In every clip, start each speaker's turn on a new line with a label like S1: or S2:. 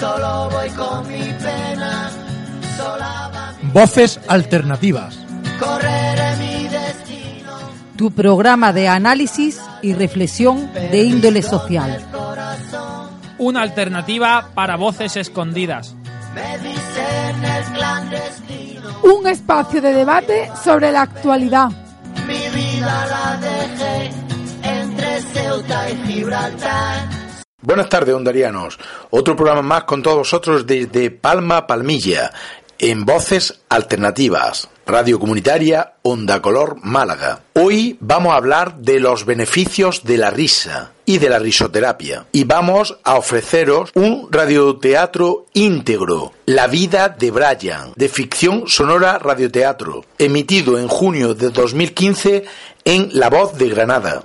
S1: Solo voy con mi pena, sola va mi
S2: Voces alternativas.
S1: correré mi destino.
S3: Tu programa de análisis y reflexión de índole social.
S4: Una alternativa para voces escondidas.
S1: Me dicen el clandestino,
S5: Un espacio de debate sobre la actualidad.
S1: mi vida la dejé entre Ceuta y Gibraltar.
S6: Buenas tardes, hondarianos. Otro programa más con todos vosotros desde Palma Palmilla, en Voces Alternativas, Radio Comunitaria Onda Color Málaga. Hoy vamos a hablar de los beneficios de la risa y de la risoterapia. Y vamos a ofreceros un radioteatro íntegro, La vida de Brian, de ficción sonora radioteatro, emitido en junio de 2015 en La Voz de Granada.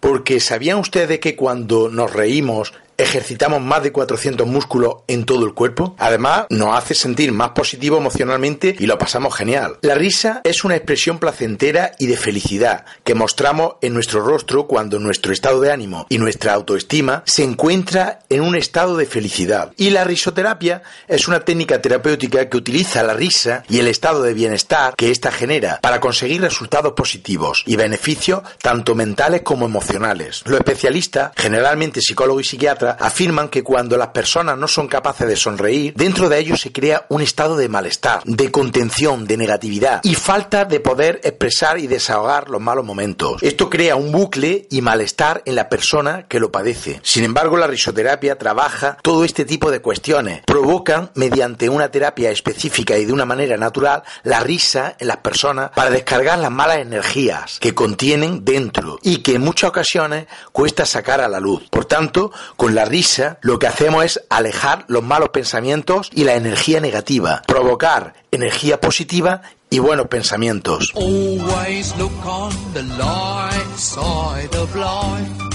S6: Porque ¿sabían ustedes que cuando nos reímos ejercitamos más de 400 músculos en todo el cuerpo? Además, nos hace sentir más positivo emocionalmente y lo pasamos genial. La risa es una expresión placentera y de felicidad que mostramos en nuestro rostro cuando nuestro estado de ánimo y nuestra autoestima se encuentra en un estado de felicidad. Y la risoterapia es una técnica terapéutica que utiliza la risa y el estado de bienestar que ésta genera para conseguir resultados positivos y beneficios tanto mentales como emocionales. Los especialistas, generalmente psicólogos y psiquiatras, afirman que cuando las personas no son capaces de sonreír, dentro de ellos se crea un estado de malestar, de contención, de negatividad y falta de poder expresar y desahogar los malos momentos. Esto crea un bucle y malestar en la persona que lo padece. Sin embargo, la risoterapia trabaja todo este tipo de cuestiones. Provocan, mediante una terapia específica y de una manera natural, la risa en las personas para descargar las malas energías que contienen dentro y que en muchas ocasiones cuesta sacar a la luz. Por tanto, con la risa lo que hacemos es alejar los malos pensamientos y la energía negativa, provocar energía positiva y buenos pensamientos.
S7: Always look on the light side of life.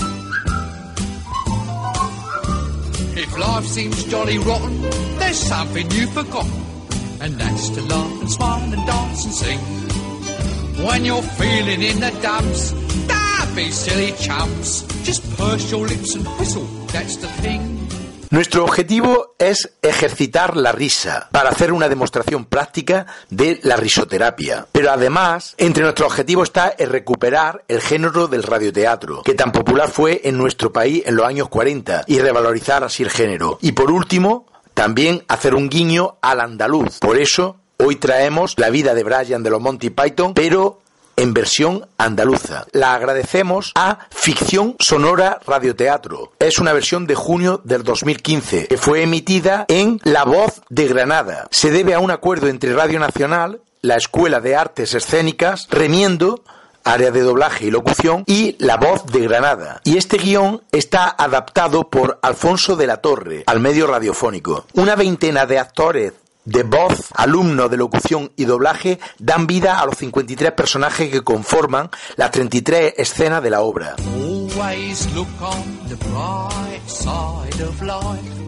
S7: If life seems jolly rotten, there's something you've forgotten, and that's to laugh and smile and dance and sing. When you're feeling in the dumps, don't be silly chumps. Just purse your lips and whistle, that's the thing.
S6: Nuestro objetivo es ejercitar la risa para hacer una demostración práctica de la risoterapia. Pero además, entre nuestro objetivo está el recuperar el género del radioteatro, que tan popular fue en nuestro país en los años 40, y revalorizar así el género. Y por último, también hacer un guiño al andaluz. Por eso, hoy traemos la vida de Brian de los Monty Python, pero en versión andaluza. La agradecemos a Ficción Sonora Radioteatro. Es una versión de junio del 2015 que fue emitida en La Voz de Granada. Se debe a un acuerdo entre Radio Nacional, la Escuela de Artes Escénicas, Remiendo, área de doblaje y locución, y La Voz de Granada. Y este guión está adaptado por Alfonso de la Torre al medio radiofónico. Una veintena de actores de voz, alumnos de locución y doblaje dan vida a los 53 personajes que conforman las 33 escenas de la obra.
S7: Always look on the bright side of life.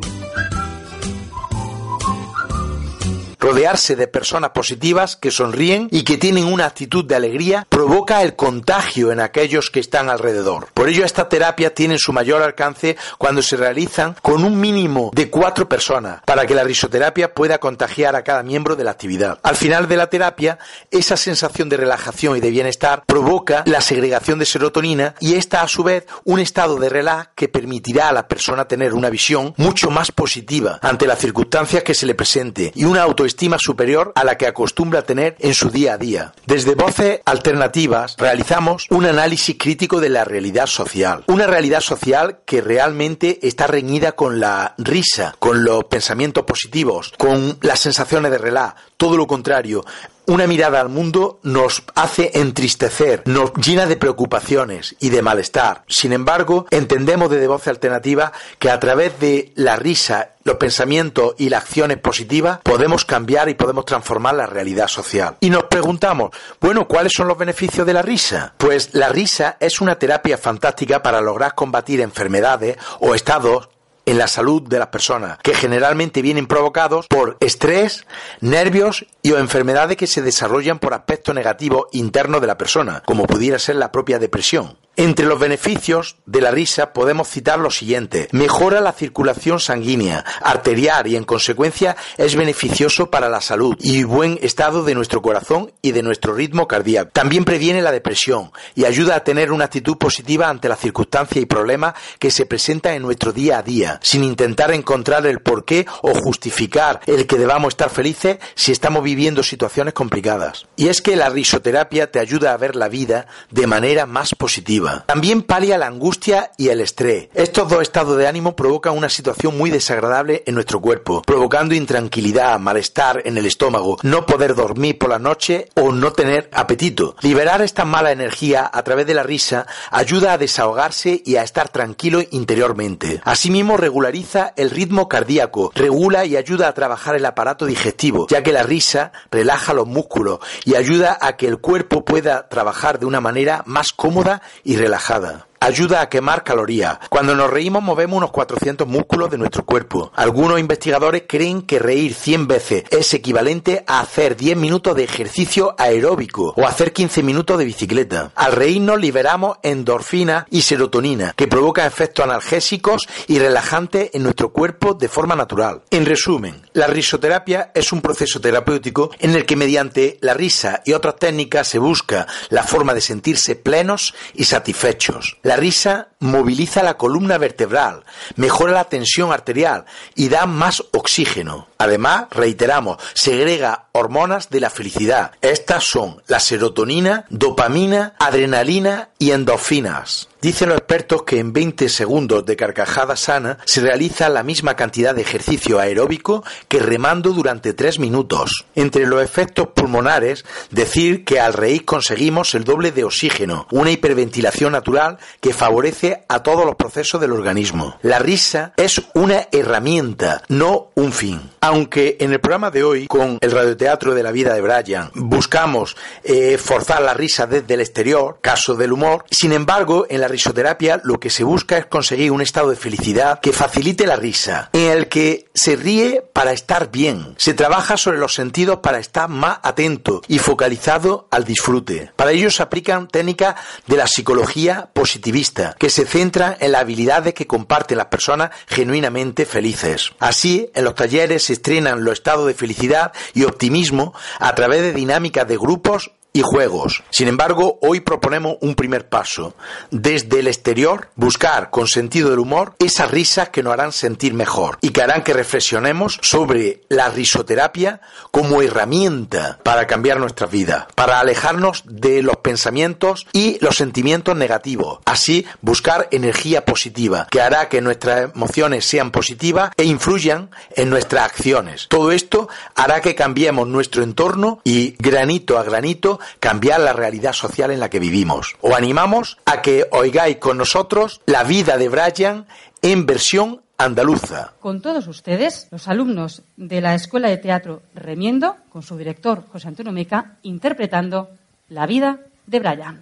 S6: Rodearse de personas positivas que sonríen y que tienen una actitud de alegría provoca el contagio en aquellos que están alrededor. Por ello, esta terapia tiene su mayor alcance cuando se realizan con un mínimo de cuatro personas para que la risoterapia pueda contagiar a cada miembro de la actividad. Al final de la terapia, esa sensación de relajación y de bienestar provoca la segregación de serotonina y esta a su vez un estado de relax que permitirá a la persona tener una visión mucho más positiva ante las circunstancias que se le presente y una autoestima superior a la que acostumbra tener en su día a día. Desde Voces Alternativas realizamos un análisis crítico de la realidad social, una realidad social que realmente está reñida con la risa, con los pensamientos positivos, con las sensaciones de relax, todo lo contrario, una mirada al mundo nos hace entristecer, nos llena de preocupaciones y de malestar. Sin embargo, entendemos desde Voz Alternativa que a través de la risa los pensamientos y las acciones positivas, podemos cambiar y podemos transformar la realidad social. Y nos preguntamos, bueno, ¿cuáles son los beneficios de la risa? Pues la risa es una terapia fantástica para lograr combatir enfermedades o estados en la salud de las personas, que generalmente vienen provocados por estrés, nervios y o enfermedades que se desarrollan por aspectos negativos internos de la persona, como pudiera ser la propia depresión. Entre los beneficios de la risa podemos citar lo siguiente. Mejora la circulación sanguínea, arterial y en consecuencia es beneficioso para la salud y buen estado de nuestro corazón y de nuestro ritmo cardíaco. También previene la depresión y ayuda a tener una actitud positiva ante las circunstancias y problemas que se presentan en nuestro día a día, sin intentar encontrar el porqué o justificar el que debamos estar felices si estamos viviendo situaciones complicadas. Y es que la risoterapia te ayuda a ver la vida de manera más positiva. También palia la angustia y el estrés. Estos dos estados de ánimo provocan una situación muy desagradable en nuestro cuerpo, provocando intranquilidad, malestar en el estómago, no poder dormir por la noche o no tener apetito. Liberar esta mala energía a través de la risa ayuda a desahogarse y a estar tranquilo interiormente. Asimismo, regulariza el ritmo cardíaco, regula y ayuda a trabajar el aparato digestivo, ya que la risa relaja los músculos y ayuda a que el cuerpo pueda trabajar de una manera más cómoda y relajada. Ayuda a quemar calorías. Cuando nos reímos movemos unos 400 músculos de nuestro cuerpo. Algunos investigadores creen que reír 100 veces es equivalente a hacer 10 minutos de ejercicio aeróbico o hacer 15 minutos de bicicleta. Al reírnos liberamos endorfina y serotonina que provocan efectos analgésicos y relajantes en nuestro cuerpo de forma natural. En resumen, la risoterapia es un proceso terapéutico en el que mediante la risa y otras técnicas se busca la forma de sentirse plenos y satisfechos. La risa moviliza la columna vertebral, mejora la tensión arterial y da más oxígeno. Además, reiteramos, segrega hormonas de la felicidad. Estas son la serotonina, dopamina, adrenalina y endorfinas. Dicen los expertos que en 20 segundos de carcajada sana se realiza la misma cantidad de ejercicio aeróbico que remando durante 3 minutos. Entre los efectos pulmonares, decir que al reír conseguimos el doble de oxígeno, una hiperventilación natural que favorece a todos los procesos del organismo. La risa es una herramienta, no un fin. Aunque en el programa de hoy, con el radioteatro de la vida de Brian, buscamos eh, forzar la risa desde el exterior, caso del humor, sin embargo, en la risoterapia lo que se busca es conseguir un estado de felicidad que facilite la risa, en el que se ríe para estar bien, se trabaja sobre los sentidos para estar más atento y focalizado al disfrute. Para ello se aplican técnicas de la psicología positivista, que se centra en las habilidades que comparten las personas genuinamente felices. Así, en los talleres se estrenan los estados de felicidad y optimismo a través de dinámicas de grupos y juegos. Sin embargo, hoy proponemos un primer paso. Desde el exterior, buscar con sentido del humor esas risas que nos harán sentir mejor y que harán que reflexionemos sobre la risoterapia como herramienta para cambiar nuestra vida, para alejarnos de los pensamientos y los sentimientos negativos. Así, buscar energía positiva que hará que nuestras emociones sean positivas e influyan en nuestras acciones. Todo esto hará que cambiemos nuestro entorno y granito a granito cambiar la realidad social en la que vivimos. Os animamos a que oigáis con nosotros la vida de Brian en versión andaluza.
S8: Con todos ustedes, los alumnos de la Escuela de Teatro Remiendo, con su director José Antonio Meca, interpretando La vida de Brian.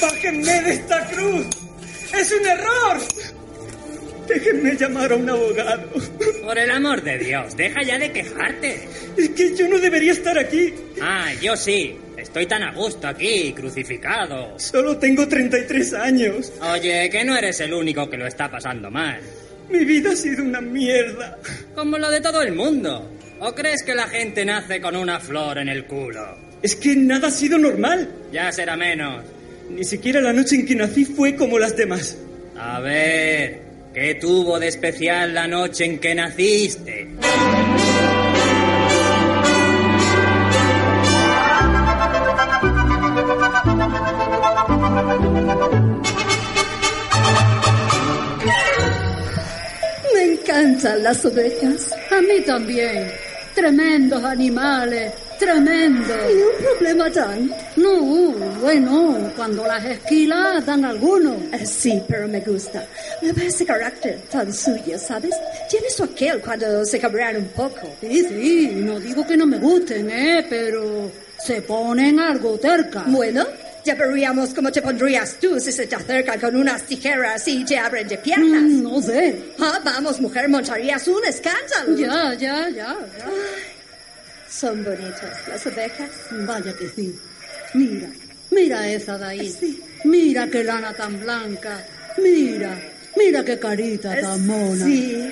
S9: ¡Bájenme de esta cruz! ¡Es un error! Déjenme llamar a un abogado.
S10: Por el amor de Dios, deja ya de quejarte.
S9: Es que yo no debería estar aquí.
S10: Ah, yo sí. Estoy tan a gusto aquí, crucificado.
S9: Solo tengo 33 años.
S10: Oye, que no eres el único que lo está pasando mal.
S9: Mi vida ha sido una mierda.
S10: Como lo de todo el mundo. ¿O crees que la gente nace con una flor en el culo?
S9: Es que nada ha sido normal.
S10: Ya será menos.
S9: Ni siquiera la noche en que nací fue como las demás.
S10: A ver, ¿qué tuvo de especial la noche en que naciste?
S11: Me encantan las ovejas.
S12: A mí también. Tremendos animales, tremendos.
S11: Ni un problema tan.
S12: No, bueno, cuando las esquilas dan alguno.
S11: Eh, Sí, pero me gusta. Me ve ese carácter tan suyo, ¿sabes? Tiene su aquel cuando se cabrean un poco.
S12: Sí, sí, no digo que no me gusten, ¿eh? Pero se ponen algo tercas.
S11: Bueno, ya veríamos cómo te pondrías tú si se te acercan con unas tijeras y te abren de piernas.
S12: Mm, no sé.
S11: Ah, vamos, mujer, montarías un escándalo.
S12: Ya, ya, ya, ya.
S11: Son bonitas las ovejas.
S12: Vaya que sí. Mira, mira esa de ahí. Mira qué lana tan blanca. Mira, mira qué carita tan mona.
S11: Sí,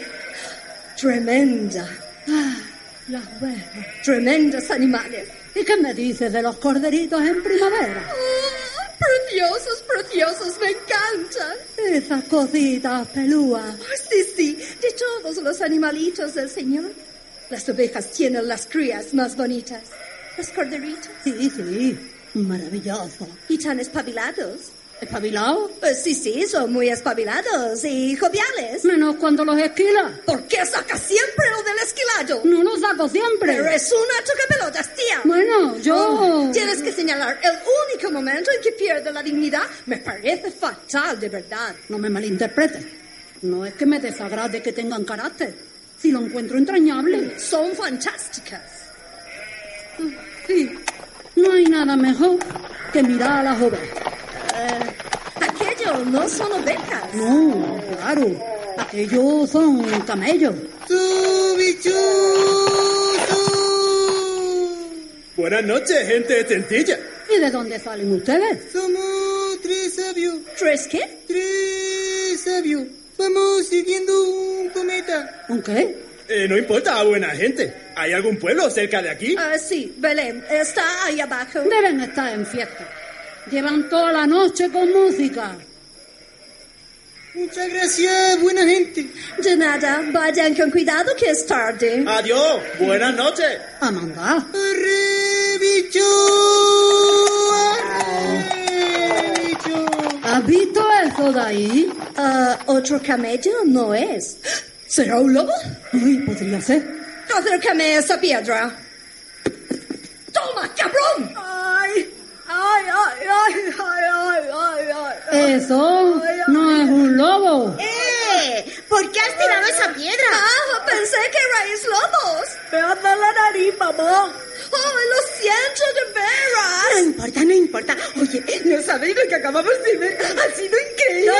S11: tremenda.
S12: Ah, las veo.
S11: Tremendos animales.
S12: ¿Y qué me dices de los corderitos en primavera?
S11: Ah, preciosos, preciosos, me encantan.
S12: Esas cositas pelúas.
S11: Ah, sí, sí, de todos los animalitos del Señor. Las ovejas tienen las crías más bonitas. Los corderitos.
S12: Sí, sí, maravilloso.
S11: Y tan espabilados.
S12: ¿Espabilado?
S11: Eh, sí, sí, son muy espabilados y joviales.
S12: Menos cuando los esquila.
S11: ¿Por qué saca siempre lo del esquilado?
S12: No los saco siempre.
S11: Pero es una chocapelotas, tía. Oh,
S12: Bueno, yo...
S11: Tienes que señalar el único momento en que pierde la dignidad. Me parece fatal, de verdad.
S12: No me malinterpretes. No es que me desagrade que tengan carácter. Si lo encuentro entrañable.
S11: Son fantásticas.
S12: Sí. No hay nada mejor que mirar a las ovejas.
S11: Eh, aquello no son ovejas.
S12: No, claro. Aquellos son camellos.
S9: Buenas noches, gente sencilla.
S12: ¿Y de dónde salen ustedes?
S9: Somos tres sabios.
S11: ¿Tres qué?
S9: Tres sabios. Vamos siguiendo un cometa.
S12: ¿Un qué?
S9: Eh, no importa, buena gente. ¿Hay algún pueblo cerca de aquí?
S11: Ah, sí, Belén. Está ahí abajo.
S12: Deben estar en fiesta. Llevan toda la noche con música.
S9: Muchas gracias, buena gente.
S11: De nada, vayan con cuidado que es tarde.
S9: Adiós, buenas noches.
S12: Amanda. ¿Has visto eso de ahí?
S11: Ah, otro camello no es. ¿Será un lobo?
S12: Uy, podría ser.
S11: Acércame esa piedra. ¡Toma, cabrón! ¡Ay! ¡Ay, ay, ay, ay, ay, ay!
S12: Eso no es un lobo.
S11: ¡Eh! ¿Por qué has tirado esa piedra? ¡Ah! Pensé que erais lobos.
S9: Me anda la nariz, mamá.
S11: ¡Oh, lo siento de veras!
S12: No importa, no importa. Oye, no sabéis lo que acabamos de ver. Ha sido increíble.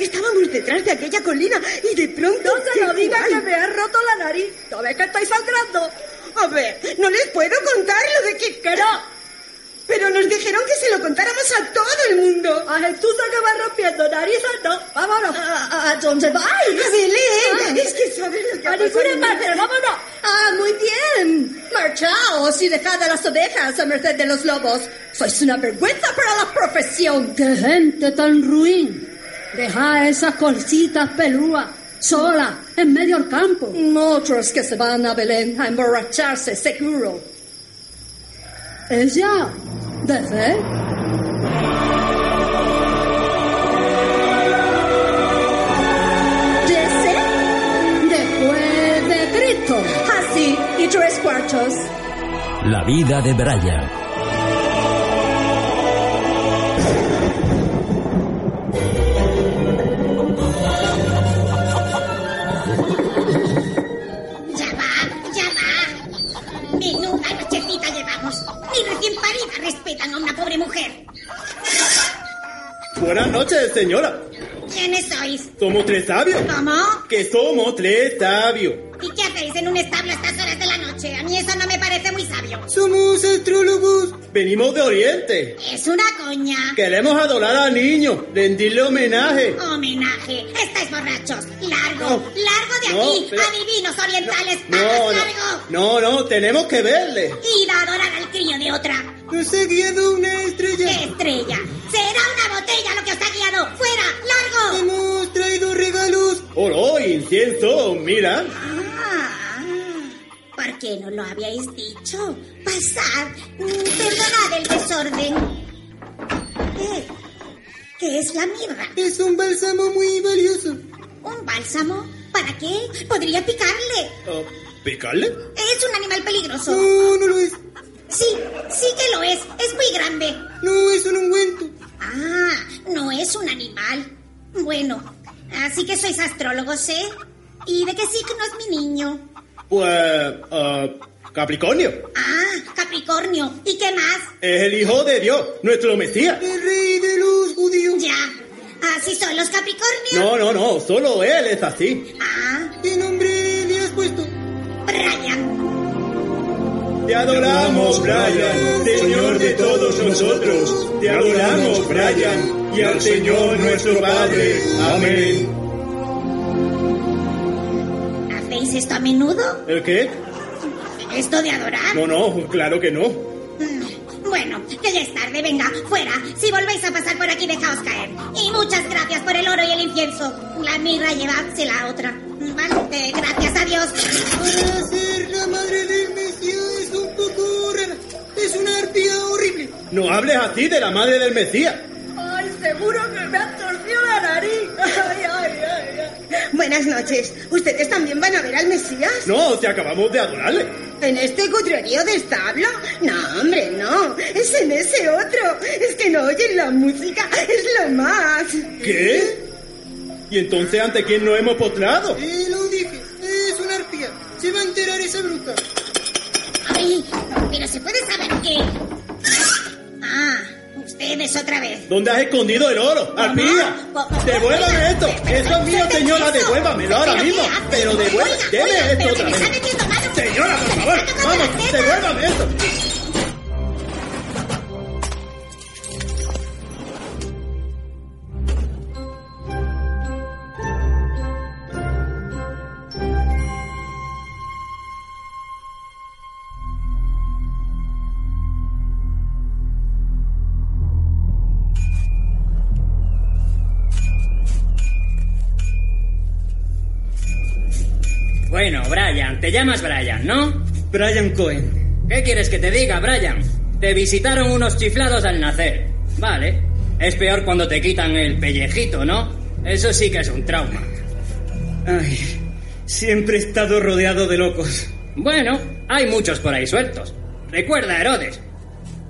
S12: Estábamos detrás de aquella colina y de pronto...
S11: ¡No se lo diga que me he roto la nariz! ¿No ves que estoy sangrando?
S12: A ver, no les puedo contar lo de que... ¡Que no! Pero nos dijeron que se lo contáramos a todo el mundo.
S11: ¡A Jesús que va rompiendo narices, no! ¡Vámonos! ¿A, a dónde vais?
S12: Belén, es que sabes lo que ha
S11: ¡A
S12: pasado.
S11: ninguna parte! ¡Vámonos! ¡Ah, muy bien! ¡Marchaos y dejad a las ovejas a merced de los lobos! ¡Sois una vergüenza para la profesión!
S12: ¡Qué gente tan ruin! Deja esas cositas pelúas, sola, en medio del campo.
S11: Otros que se van a Belén a emborracharse, seguro.
S12: Ella, de fe.
S11: ¿Dese?
S12: Después de Cristo.
S11: Así, Ah, y tres cuartos.
S13: La vida de Brian.
S14: Ya va, ya va. Menuda nochecita llevamos. Ni recién parida respetan a una pobre mujer.
S9: Buenas noches, señora.
S14: ¿Quiénes sois?
S9: Somos tres sabios.
S14: ¿Cómo?
S9: Que somos tres sabios.
S14: ¿Y qué hacéis en un establo a estas horas de la noche? A mí eso no me parece muy sabio. sabio.
S9: Somos astrólogos. Venimos de Oriente.
S14: Es una coña.
S9: Queremos adorar al niño, rendirle homenaje.
S14: Homenaje. Estáis borrachos. Largo,
S9: No.
S14: largo de
S9: No,
S14: aquí.
S9: pero-
S14: Adivinos orientales.
S9: No,
S14: Vamos,
S9: no.
S14: largo.
S9: No, no, tenemos que verle.
S14: Id a adorar al crío de otra.
S9: Nos ha guiado una estrella.
S14: ¿Qué estrella? Será una botella lo que os ha guiado. ¡Fuera! ¡Largo!
S9: Hemos traído regalos. Oro, incienso, mira.
S14: Ah, ¿Por qué no lo habíais dicho? Pasad. Mm, Perdonad el desorden. ¿Qué? ¿Qué es la mirra?
S9: Es un bálsamo muy valioso.
S14: ¿Un bálsamo? ¿Para qué? Podría picarle.
S9: Oh, ¿Picarle?
S14: Es un animal peligroso.
S9: No, no lo es.
S14: Sí, sí que lo es. Es muy grande.
S9: No, es un ungüento.
S14: Ah, no es un animal. Bueno, así que sois astrólogos, ¿eh? ¿Y de qué signo es mi niño?
S9: Pues, ah, Capricornio.
S14: Ah, Capricornio. ¿Y qué más?
S9: Es el hijo de Dios, nuestro Mesías.
S14: El rey de los judíos. Ya. Así son los Capricornios.
S9: No, no, no, solo él es así.
S14: Ah.
S9: ¿Qué nombre le has puesto?
S14: Brian.
S9: Te adoramos, Brian, Señor de todos nosotros. Te adoramos, Brian, y al Señor nuestro Padre. Amén.
S14: ¿Hacéis esto a menudo?
S9: ¿El qué?
S14: ¿Esto de adorar?
S9: No, no, claro que no.
S14: Bueno, que ya es tarde, venga, fuera. Si volvéis a pasar por aquí, dejaos caer. Y muchas gracias por el oro y el incienso. La mirra llevadse la otra. Vale, eh, gracias a Dios.
S9: Para ser la madre del Mesías es un poco rara. Es una arpía horrible. No hables así de la madre del Mesías.
S15: Ay, seguro que me ha torcido la nariz. Ay, ay, ay, ay. Buenas noches. ¿Ustedes también van a ver al Mesías?
S9: No, te acabamos de adorarle.
S15: ¿En este cutrerío de establo? No, hombre, no. Es en ese otro. Es que no oyen la música. Es lo más.
S9: ¿Qué? ¿Y entonces ante quién nos hemos postrado?
S15: lo dije. Es una arpía. Se va a enterar esa bruta.
S14: Ay, pero se puede saber qué. Ah, ustedes otra vez.
S9: ¿Dónde has escondido el oro? ¡Arpía!
S14: po- po-
S9: ¡Devuélvame esto! ¡Eso es mío, señora! ¡Devuélvamelo ahora
S14: ¿Pero
S9: mismo!
S14: qué haces?
S9: ¡Pero devuélvame!
S14: Oiga, oiga,
S9: ¡Deme esto
S14: pero que
S9: otra
S14: me
S9: vez!
S14: está metiendo mano.
S9: ¡Señora, por favor! ¡Vamos! ¡Devuélvame esto!
S10: Bueno, Brian, te llamas Brian, ¿no? Brian Cohen. ¿Qué quieres que te diga, Brian? Te visitaron unos chiflados al nacer. Vale. Es peor cuando te quitan el pellejito, ¿no? Eso sí que es un trauma.
S16: Ay, siempre he estado rodeado de locos.
S10: Bueno, hay muchos por ahí sueltos. Recuerda a Herodes.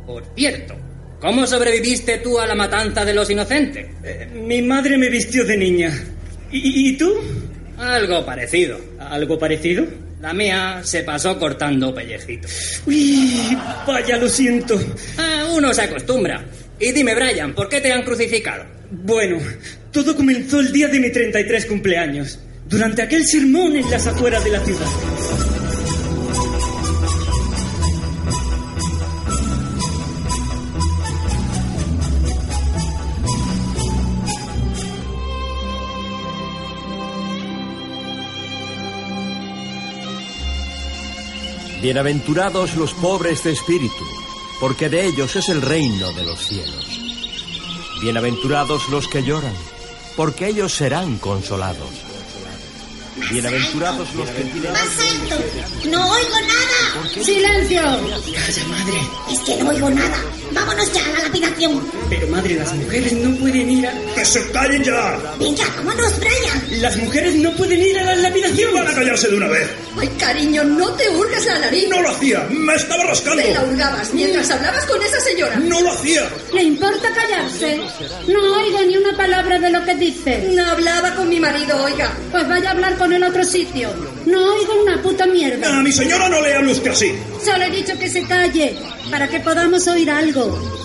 S10: Por cierto, ¿cómo sobreviviste tú a la matanza de los inocentes?
S16: Eh, Mi madre me vistió de niña. ¿Y, y tú?
S10: Algo parecido.
S16: ¿Algo parecido?
S10: La mía se pasó cortando pellejitos.
S16: Uy, vaya, lo siento.
S10: Ah, uno se acostumbra. Y dime, Brian, ¿por qué te han crucificado?
S16: Bueno, todo comenzó el día de mi 33 cumpleaños, durante aquel sermón en las afueras de la ciudad.
S17: Bienaventurados los pobres de espíritu, porque de ellos es el reino de los cielos. Bienaventurados los que lloran, porque ellos serán consolados. Bienaventurados los que tienen...
S14: Más alto. No oigo nada. Silencio.
S16: Calla, madre.
S14: Es que no oigo nada. Vámonos ya a la lapidación.
S16: Pero, madre, las mujeres no pueden ir a...
S18: ¡Que se callen ya!
S14: Venga, vámonos, Brian.
S16: Las mujeres no pueden ir a las lapidaciones.
S18: ¡Van a callarse de una vez!
S15: Ay, cariño, no te hurgas la nariz.
S18: ¡No lo hacía! ¡Me estaba rascando!
S15: Te la hurgabas mientras hablabas con esa señora.
S18: ¡No lo hacía!
S12: ¿Le importa callarse? No oigo ni una palabra de lo que dice.
S15: No hablaba con mi marido, oiga.
S12: Pues vaya a hablar con el otro sitio. No oigo una puta mierda.
S18: A mi señora no le hables que así.
S12: Solo he dicho que se calle, para que podamos oír algo.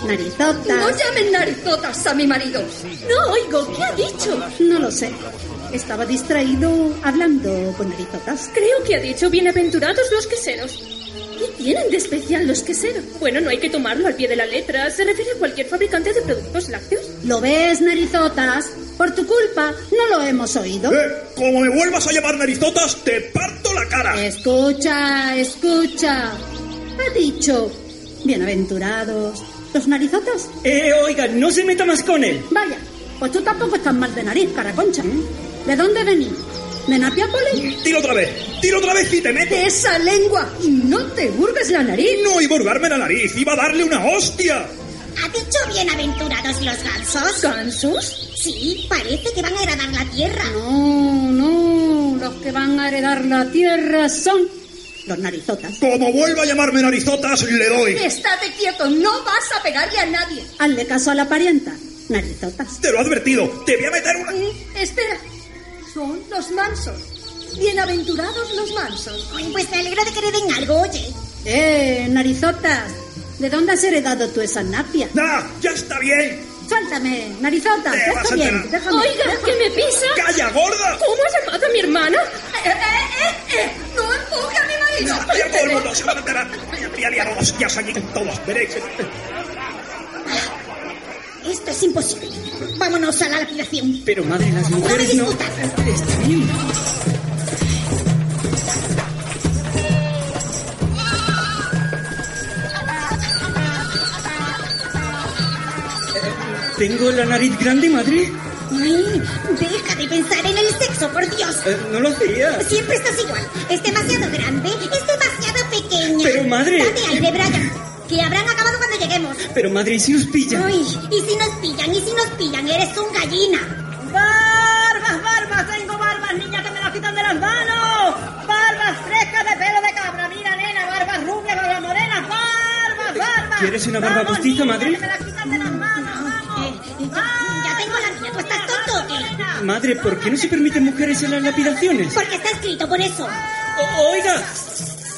S12: Narizota.
S15: No llamen narizotas a mi marido. No oigo, ¿qué ha dicho?
S12: No lo sé. Estaba distraído hablando con narizotas. Creo que ha dicho bienaventurados los queseros.
S15: ¿Qué
S19: tienen de especial los queseros? Bueno, no hay que tomarlo al pie de la letra. Se refiere a cualquier fabricante de productos lácteos.
S12: ¿Lo ves, narizotas? Por tu culpa, no lo hemos oído.
S18: Eh, Como me vuelvas a llamar narizotas, te parto la cara.
S12: Escucha, escucha. Ha dicho, bienaventurados, los narizotas.
S16: Eh, oiga, no se meta más con él.
S12: Vaya, pues tú tampoco estás mal de nariz, caraconcha. ¿De dónde venís? ¿De Napiápolis?
S18: Tiro otra vez, tiro otra vez y te meto.
S12: De esa lengua y no te burgues la nariz.
S18: No iba a hurgarme la nariz, iba a darle una hostia.
S14: ¿Ha dicho bienaventurados los gansos?
S19: ¿Gansos?
S14: Sí, parece que van a heredar la tierra.
S12: No, no, los que van a heredar la tierra son los narizotas.
S18: Como vuelva a llamarme narizotas, le doy.
S11: Estate quieto, no vas a pegarle a nadie.
S12: Hazle caso a la parienta, narizotas.
S18: Te lo he advertido, te voy a meter una...
S11: Eh, espera, son los mansos. Bienaventurados los mansos.
S14: Ay, pues me alegro de que hereden algo, oye.
S12: Eh, narizotas, ¿de dónde has heredado tú esa napia?
S18: ¡Ah, ya está bien!
S12: Suéltame, narizotas,
S18: Te
S12: ya
S18: vas
S12: está
S18: a
S12: bien,
S18: enterar.
S12: déjame.
S19: Oiga, que me pisa. ¿Ah,
S18: ¡Calla, gorda!
S19: ¿Cómo has llamado a mi hermana?
S11: ¡Eh, eh, eh! eh! ¡No empuje a mi marido!
S18: ¡Ya todo el mundo se va a enterar! ¡Ya había hostias aquí con todos! ¡Veréis!
S14: Esto es imposible. Vámonos a la lapidación.
S16: Pero madre, las
S14: No me
S16: mujeres no.
S14: discutas.
S16: Está bien. ¿Tengo la nariz grande, madre?
S14: Ay, deja de pensar en el sexo, por Dios.
S16: Eh, no lo hacía.
S14: Siempre estás igual. Es demasiado grande, es demasiado pequeña.
S16: Pero, madre.
S14: Date aire, Brian. Que habrán acabado cuando lleguemos.
S16: Pero madre, ¿y si nos pilla?
S14: Ay, y si nos pillan, y si nos pillan, eres un gallina.
S15: ¡Barbas, barbas! ¡Tengo barbas, niña, que me las quitan de las manos! ¡Barbas frescas de pelo de cabra! ¡Mira, nena! ¡Barbas rubias, barbas morenas! ¡Barbas, barbas!
S16: ¿Quieres una barba
S15: Vamos,
S16: postiza,
S15: niña,
S16: madre?
S15: que me las quitan de las manos! ¡Vamos!
S14: Eh, ya, ya tengo la mía, tú estás tonto o qué?
S16: Madre, ¿por qué no se permiten mujeres en las lapidaciones?
S14: Porque está escrito por eso.
S16: O- oiga,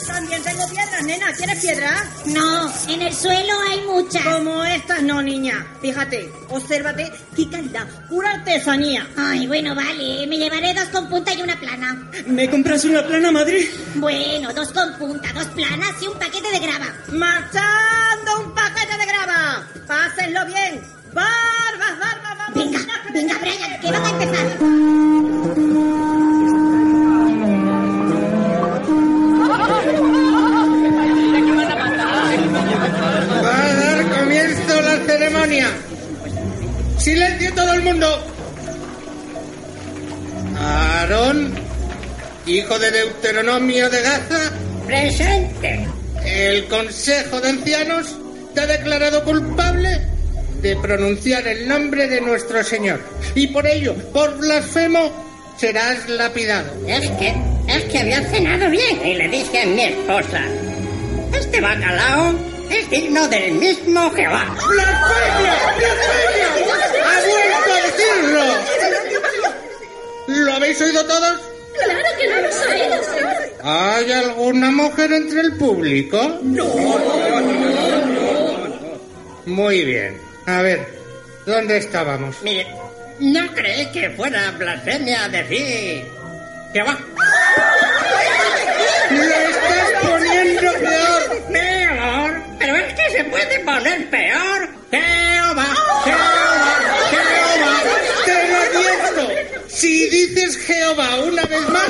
S15: También tengo piedras, nena. ¿Quieres piedras?
S14: No, en el suelo hay muchas.
S15: Como estas no, niña. Fíjate, obsérvate, qué calidad, pura artesanía.
S14: Ay, bueno, vale, me llevaré dos con punta y una plana.
S16: ¿me compras una plana, madre?
S14: Bueno, dos con punta, dos planas y un paquete de grava.
S15: ¡Marchando un paquete de grava! ¡Pásenlo bien! ¡Barbas, barbas, barbas!
S14: Venga, venga, Brian, que van a empezar.
S20: Va a dar comienzo la ceremonia. Silencio todo el mundo. Aarón, hijo de Deuteronomio de Gaza. Presente. El Consejo de Ancianos te ha declarado culpable de pronunciar el nombre de nuestro Señor. Y por ello, por blasfemo, serás lapidado.
S21: Es que, es que había cenado bien y le dije a mi esposa, este bacalao es digno del mismo Jehová.
S20: ¡Blasfemia! ¡Blasfemia! ¡Ha vuelto a decirlo! ¿Lo habéis oído todos?
S19: Claro que no los oído.
S20: ¿Hay alguna mujer entre el público? No. Muy bien. A ver, ¿dónde estábamos?
S21: Mire, no creí que fuera blasfemia decir Jehová.
S20: ¡Lo estás poniendo peor!
S21: Peor, pero es que se puede poner peor. Jehová, Jehová, Jehová.
S20: Ah, ¡Te lo advierto! Si dices Jehová una vez más...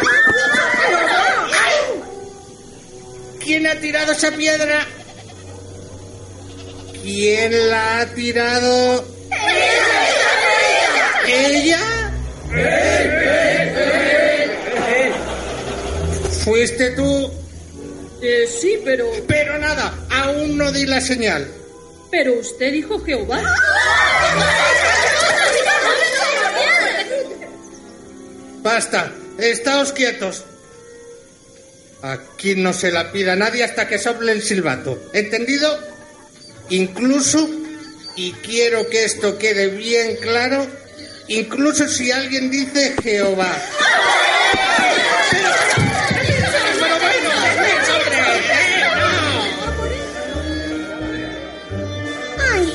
S20: ¿Quién ha tirado esa piedra? ¿Quién la ha tirado? ¿Ella? ¿Fuiste tú?
S19: Eh, sí, pero...
S20: Pero nada, aún no di la señal.
S19: Pero usted dijo Jehová.
S20: Basta, estáos quietos. Aquí no se la pida nadie hasta que sople el silbato. ¿Entendido? Incluso, y quiero que esto quede bien claro, incluso si alguien dice Jehová.
S14: Ay,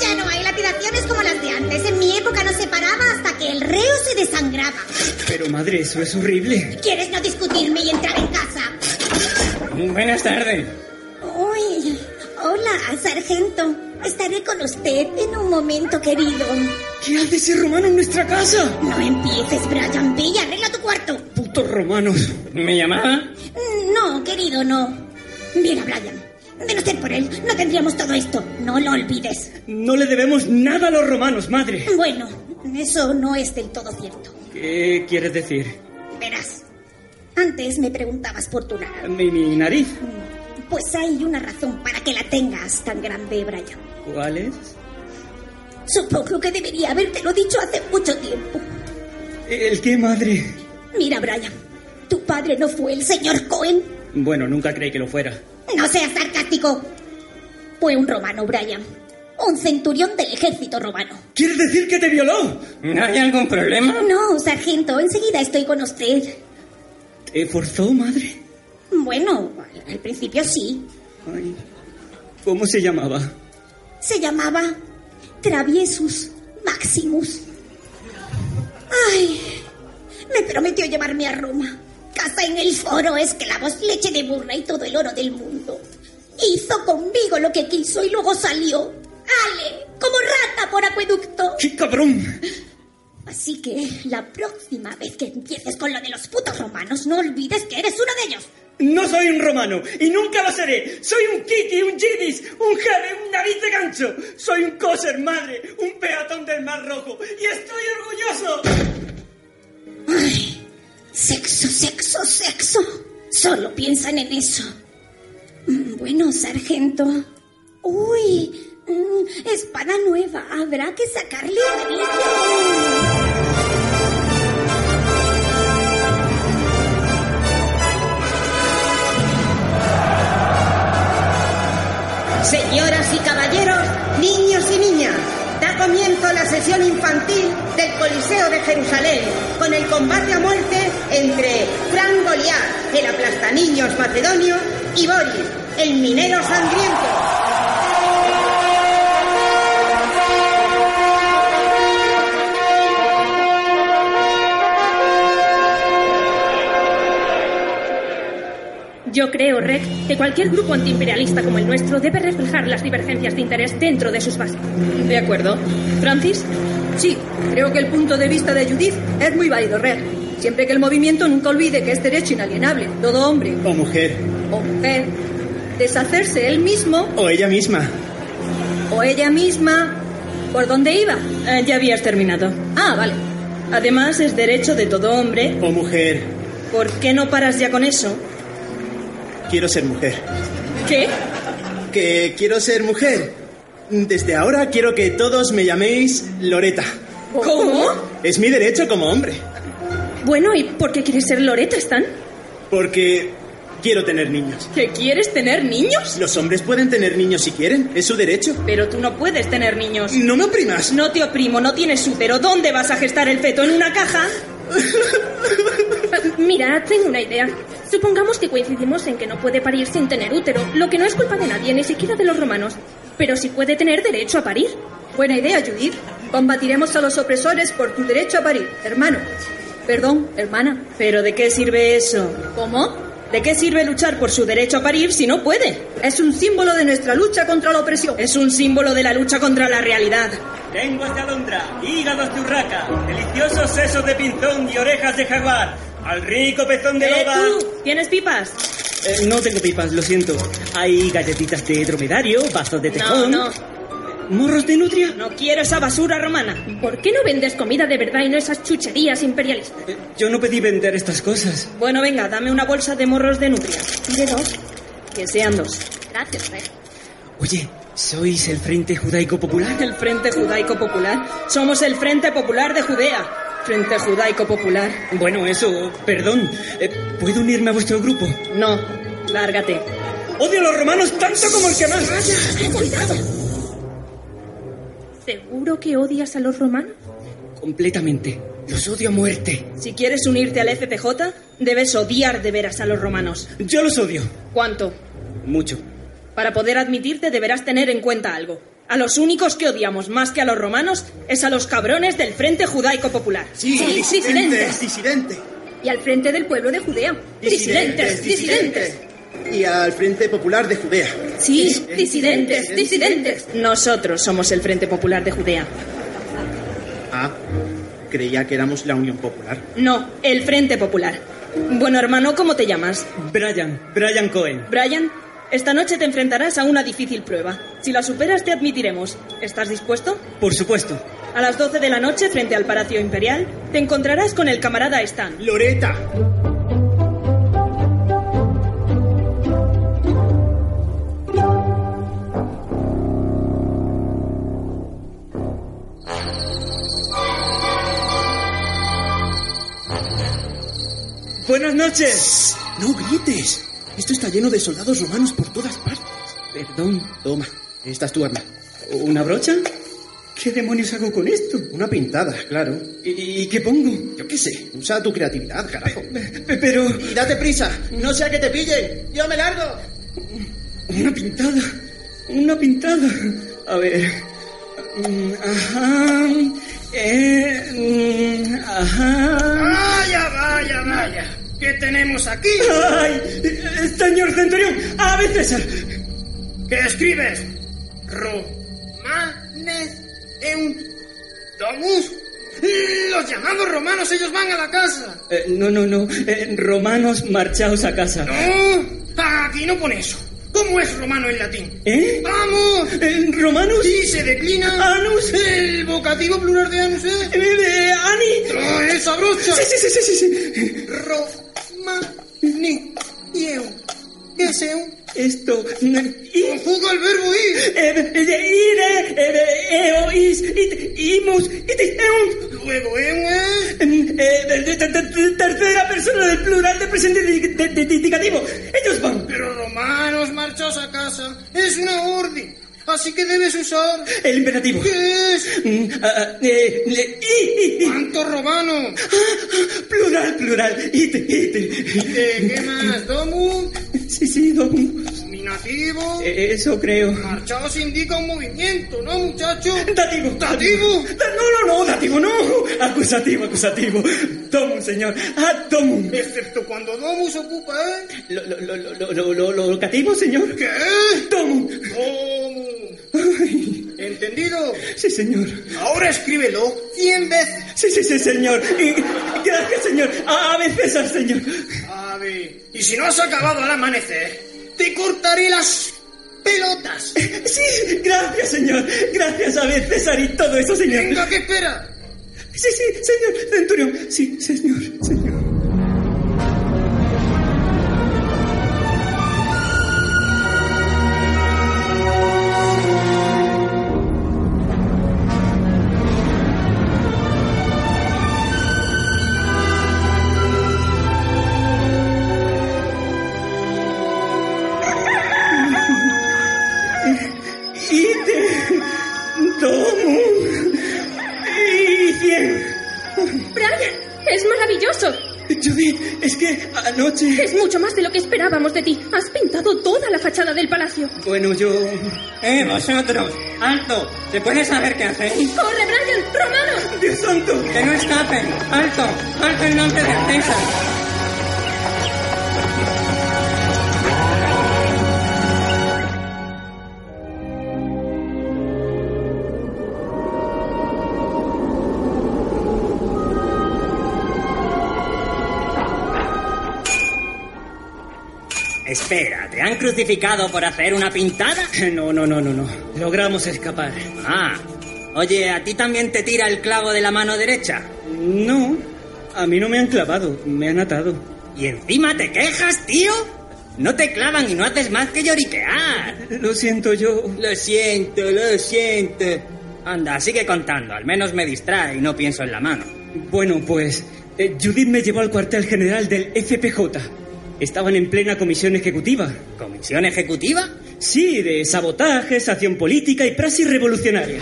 S14: ya no hay lapidaciones como las de antes. En mi época no se paraba hasta que el reo se desangraba.
S16: Pero madre, eso es horrible.
S14: ¿Quieres no discutirme y entrar en casa?
S21: Buenas tardes.
S14: Ah, sargento, estaré con usted en un momento, querido.
S16: ¿Qué hace ese romano en nuestra casa?
S14: No empieces, Brian. Ve y arregla tu cuarto.
S16: Putos romanos.
S10: ¿Me llamaba?
S14: Mm, No, querido, no. Mira, Brian, de no ser por él, no tendríamos todo esto. No lo olvides.
S16: No le debemos nada a los romanos, madre.
S14: Bueno, eso no es del todo cierto.
S16: ¿Qué quieres decir?
S14: Verás, antes me preguntabas por tu nariz.
S16: ¿Mi, mi nariz?
S14: Pues hay una razón para que la tengas tan grande, Brian.
S16: ¿Cuál es?
S14: Supongo que debería habértelo dicho hace mucho tiempo.
S16: ¿El qué, madre?
S14: Mira, Brian, tu padre no fue el señor Cohen.
S16: Bueno, nunca creí que lo fuera.
S14: No seas sarcástico. Fue un romano, Brian. Un centurión del ejército romano.
S16: ¿Quieres decir que te violó?
S10: ¿Hay algún problema?
S14: No, sargento, enseguida estoy con usted.
S16: ¿Te forzó, madre?
S14: Bueno, al- al principio sí.
S16: Ay, ¿Cómo se llamaba?
S14: Se llamaba Traviesus Maximus. Ay, me prometió llevarme a Roma. Casa en el foro, esclavos, leche de burra y todo el oro del mundo. Hizo conmigo lo que quiso y luego salió. ¡Ale! Como rata por acueducto.
S16: ¡Qué cabrón!
S14: Así que la próxima vez que empieces con lo de los putos romanos, no olvides que eres uno de ellos.
S16: No soy un romano y nunca lo seré. Soy un kiki, un yidis, un jade, un nariz de gancho. Soy un coser, madre, un peatón del Mar Rojo y estoy orgulloso.
S14: Sexo, sexo, sexo. Solo piensan en eso. Mm, Bueno, sargento. Uy, mm, espada nueva. Habrá que sacarle brillo.
S15: Señoras y caballeros, niños y niñas, da comienzo la sesión infantil del Coliseo de Jerusalén con el combate a muerte entre Fran Goliat, el aplastaniños macedonio, y Boris, el minero sangriento.
S19: Yo creo, Rec, que cualquier grupo antiimperialista como el nuestro debe reflejar las divergencias de interés dentro de sus bases.
S22: De acuerdo.
S19: ¿Francis?
S22: Sí, creo que el punto de vista de Judith es muy válido, Red. Siempre que el movimiento nunca olvide que es derecho inalienable, todo hombre
S16: O Oh, mujer,
S22: o mujer, deshacerse él mismo
S16: o ella misma.
S22: o ella misma. ¿Por dónde iba? Eh,
S19: ya habías terminado.
S22: Ah, vale. Además, es derecho de todo hombre.
S16: O mujer,
S22: ¿Por qué no paras ya con eso?
S16: quiero ser mujer.
S22: ¿Qué?
S16: Que quiero ser mujer. Desde ahora quiero que todos me llaméis Loreta.
S22: ¿Cómo?
S16: Es mi derecho como hombre,
S19: Bueno, ¿y por qué quieres ser Loreta, Stan?
S16: porque quiero tener niños.
S19: ¿Que quieres tener niños?
S16: Los hombres pueden tener niños si quieren, es su derecho.
S22: Pero tú no puedes tener niños.
S16: No me oprimas.
S22: No te oprimo, no tienes útero. ¿Dónde vas a gestar el feto? ¿En una caja?
S19: Mira, tengo una idea. Supongamos que coincidimos en que no puede parir sin tener útero, lo que no es culpa de nadie, ni siquiera de los romanos. Pero sí puede tener derecho a parir.
S22: Buena idea, Judith. Combatiremos a los opresores por tu derecho a parir, hermano. Perdón, hermana. ¿Pero de qué sirve eso? ¿Cómo? ¿De qué sirve luchar por su derecho a parir si no puede? Es un símbolo de nuestra lucha contra la opresión. Es un símbolo de la lucha contra la realidad.
S16: Lenguas de alondra, hígados de urraca, deliciosos sesos de pinzón y orejas de jaguar, al rico pezón de
S22: ¡Eh,
S16: loba.
S22: tú! ¿Tienes pipas?
S16: Eh, no tengo pipas, lo siento. Hay galletitas de dromedario, vasos de
S19: No,
S16: tejón.
S19: no.
S16: ¿Morros de nutria?
S22: No quiero esa basura romana.
S19: ¿Por qué no vendes comida de verdad y no esas chucherías imperialistas?
S16: Yo no pedí vender estas cosas.
S22: Bueno, venga, dame una bolsa de morros de nutria.
S19: De dos.
S22: Que sean dos.
S19: Gracias, Reg.
S16: Oye, ¿sois el Frente Judaico Popular?
S22: El Frente Judaico Popular. Somos el Frente Popular de Judea. Frente Judaico Popular.
S16: Bueno, eso, perdón. Eh, ¿Puedo unirme a vuestro grupo?
S22: No, lárgate.
S16: ¡Odio a los romanos tanto como el que más!
S19: ¿Seguro que odias a los romanos?
S16: Completamente. Los odio a muerte.
S22: Si quieres unirte al FPJ, debes odiar de veras a los romanos.
S16: Yo los odio.
S22: ¿Cuánto?
S16: Mucho.
S22: Para poder admitirte deberás tener en cuenta algo. A los únicos que odiamos más que a los romanos es a los cabrones del Frente Judaico Popular.
S18: disidentes, disidentes.
S19: Y al frente del pueblo de Judea.
S18: Disidentes, disidentes.
S9: y al Frente Popular de Judea.
S22: Sí, disidentes, disidentes. Nosotros somos el Frente Popular de Judea.
S9: Ah, creía que éramos la Unión Popular.
S22: No, el Frente Popular. Bueno, hermano, ¿cómo te llamas?
S16: Brian, Brian Cohen.
S22: Brian, esta noche te enfrentarás a una difícil prueba. Si la superas, te admitiremos. ¿Estás dispuesto?
S16: Por supuesto.
S22: A las 12 de la noche, frente al Palacio Imperial, te encontrarás con el camarada Stan.
S16: Loreta. Buenas noches.
S9: No grites. Esto está lleno de soldados romanos por todas partes. Perdón. Toma. Esta es tu arma.
S16: ¿Una brocha? ¿Qué demonios hago con esto?
S9: Una pintada, claro.
S16: ¿Y, y qué pongo?
S9: Yo qué sé. Usa tu creatividad, carajo.
S16: Pe- Pero...
S9: Y date prisa. No sea que te pillen. Yo me largo.
S16: Una pintada. Una pintada. A ver. Mm, Ajá. Eh, mm, ajá.
S9: Ah,
S18: Vaya, vaya, vaya. ¿Qué tenemos aquí?
S16: ¡Ay! eh, Señor Centurión, a veces.
S18: ¿Qué escribes? Romanes en domus. Los llamamos romanos, ellos van a la casa.
S16: Eh, no, no, no. Eh, romanos, marchaos a casa.
S18: No, aquí no pone eso. ¿Cómo es romano en latín?
S16: ¿Eh?
S18: ¡Vamos!
S16: Eh, ¿Romanos?
S18: Y se declina
S16: Anus.
S18: el vocativo plural de anus. ¿eh?
S16: Eh, eh, ¡Ani!
S18: ¡No, esa brocha!
S16: Sí, sí, sí, sí, sí, sí.
S18: Romani. ¿Qué es un?
S16: Esto. eh, y-
S18: Conjuga el verbo ir.
S16: eh, eh, Ire, eh, eo, is, it, imus, itis, eum.
S18: Luego en es.
S16: Em, eh, de- de- de- de- Tercera persona del plural del presente di- de- de- indicativo. Ellos van.
S18: Pero romanos, marchaos a casa. Es una orden. Así que debes usar.
S16: El imperativo.
S18: ¿Qué es?
S16: Mm, ah, ah, eh, le- i, i, i.
S18: ¿Cuánto romano?
S16: Plural, plural. It, it.
S18: Eh, ¿Qué más? Domus,
S16: Sí, sí, don.
S18: minativo.
S16: Eh, Eso creo.
S18: Marchaos indica un movimiento, ¿no, muchacho?
S16: Dativo.
S18: Dativo.
S16: Da- No, no, no, dativo, no. Acusativo, acusativo. Tomum, señor. Ah, tomum.
S18: Excepto cuando domus ocupa, ¿eh?
S16: Lo, lo, lo, lo, lo, lo, lo locativo, señor.
S18: ¿Qué?
S16: Tomum.
S18: Domus.
S16: Ay,
S18: ¿Entendido?
S16: sí, señor.
S18: Ahora escríbelo cien veces.
S16: Sí, sí, sí, señor. Y- Gracias, señor. A, a veces, al señor.
S18: A ver, y si no has acabado al amanecer, te cortaré las pelotas.
S16: Sí, gracias, señor. Gracias, a veces, y todo eso, señor.
S18: Venga, que espera.
S16: Sí, sí, señor Centurión. Sí, señor, señor. Ite, tomo, y cien.
S19: ¡Brian! ¡Es maravilloso!
S16: Judith, es que anoche...
S19: Es mucho más de lo que esperábamos de ti. Has pintado toda la fachada del palacio.
S16: Bueno, yo...
S10: ¡Eh, vosotros! ¡Alto! ¿Se puede saber qué hacéis?
S19: ¡Corre, Brian! ¡Romano!
S16: ¡Dios santo!
S10: ¡Que no escapen! ¡Alto! ¡Alto en nombre de César! Espera, ¿te han crucificado por hacer una pintada?
S16: No, no, no, no, no. Logramos escapar.
S10: Ah, oye, ¿a ti también te tira el clavo de la mano derecha?
S16: No, a mí no me han clavado, me han atado.
S10: ¿Y encima te quejas, tío? No te clavan y no haces más que lloriquear.
S16: Lo siento yo.
S10: Lo siento, lo siento. Anda, sigue contando, al menos me distrae y no pienso en la mano.
S16: Bueno, pues eh, Judith me llevó al cuartel general del FPJ. Estaban en plena comisión ejecutiva.
S10: ¿Comisión ejecutiva?
S16: Sí, de sabotajes, acción política y praxis revolucionaria.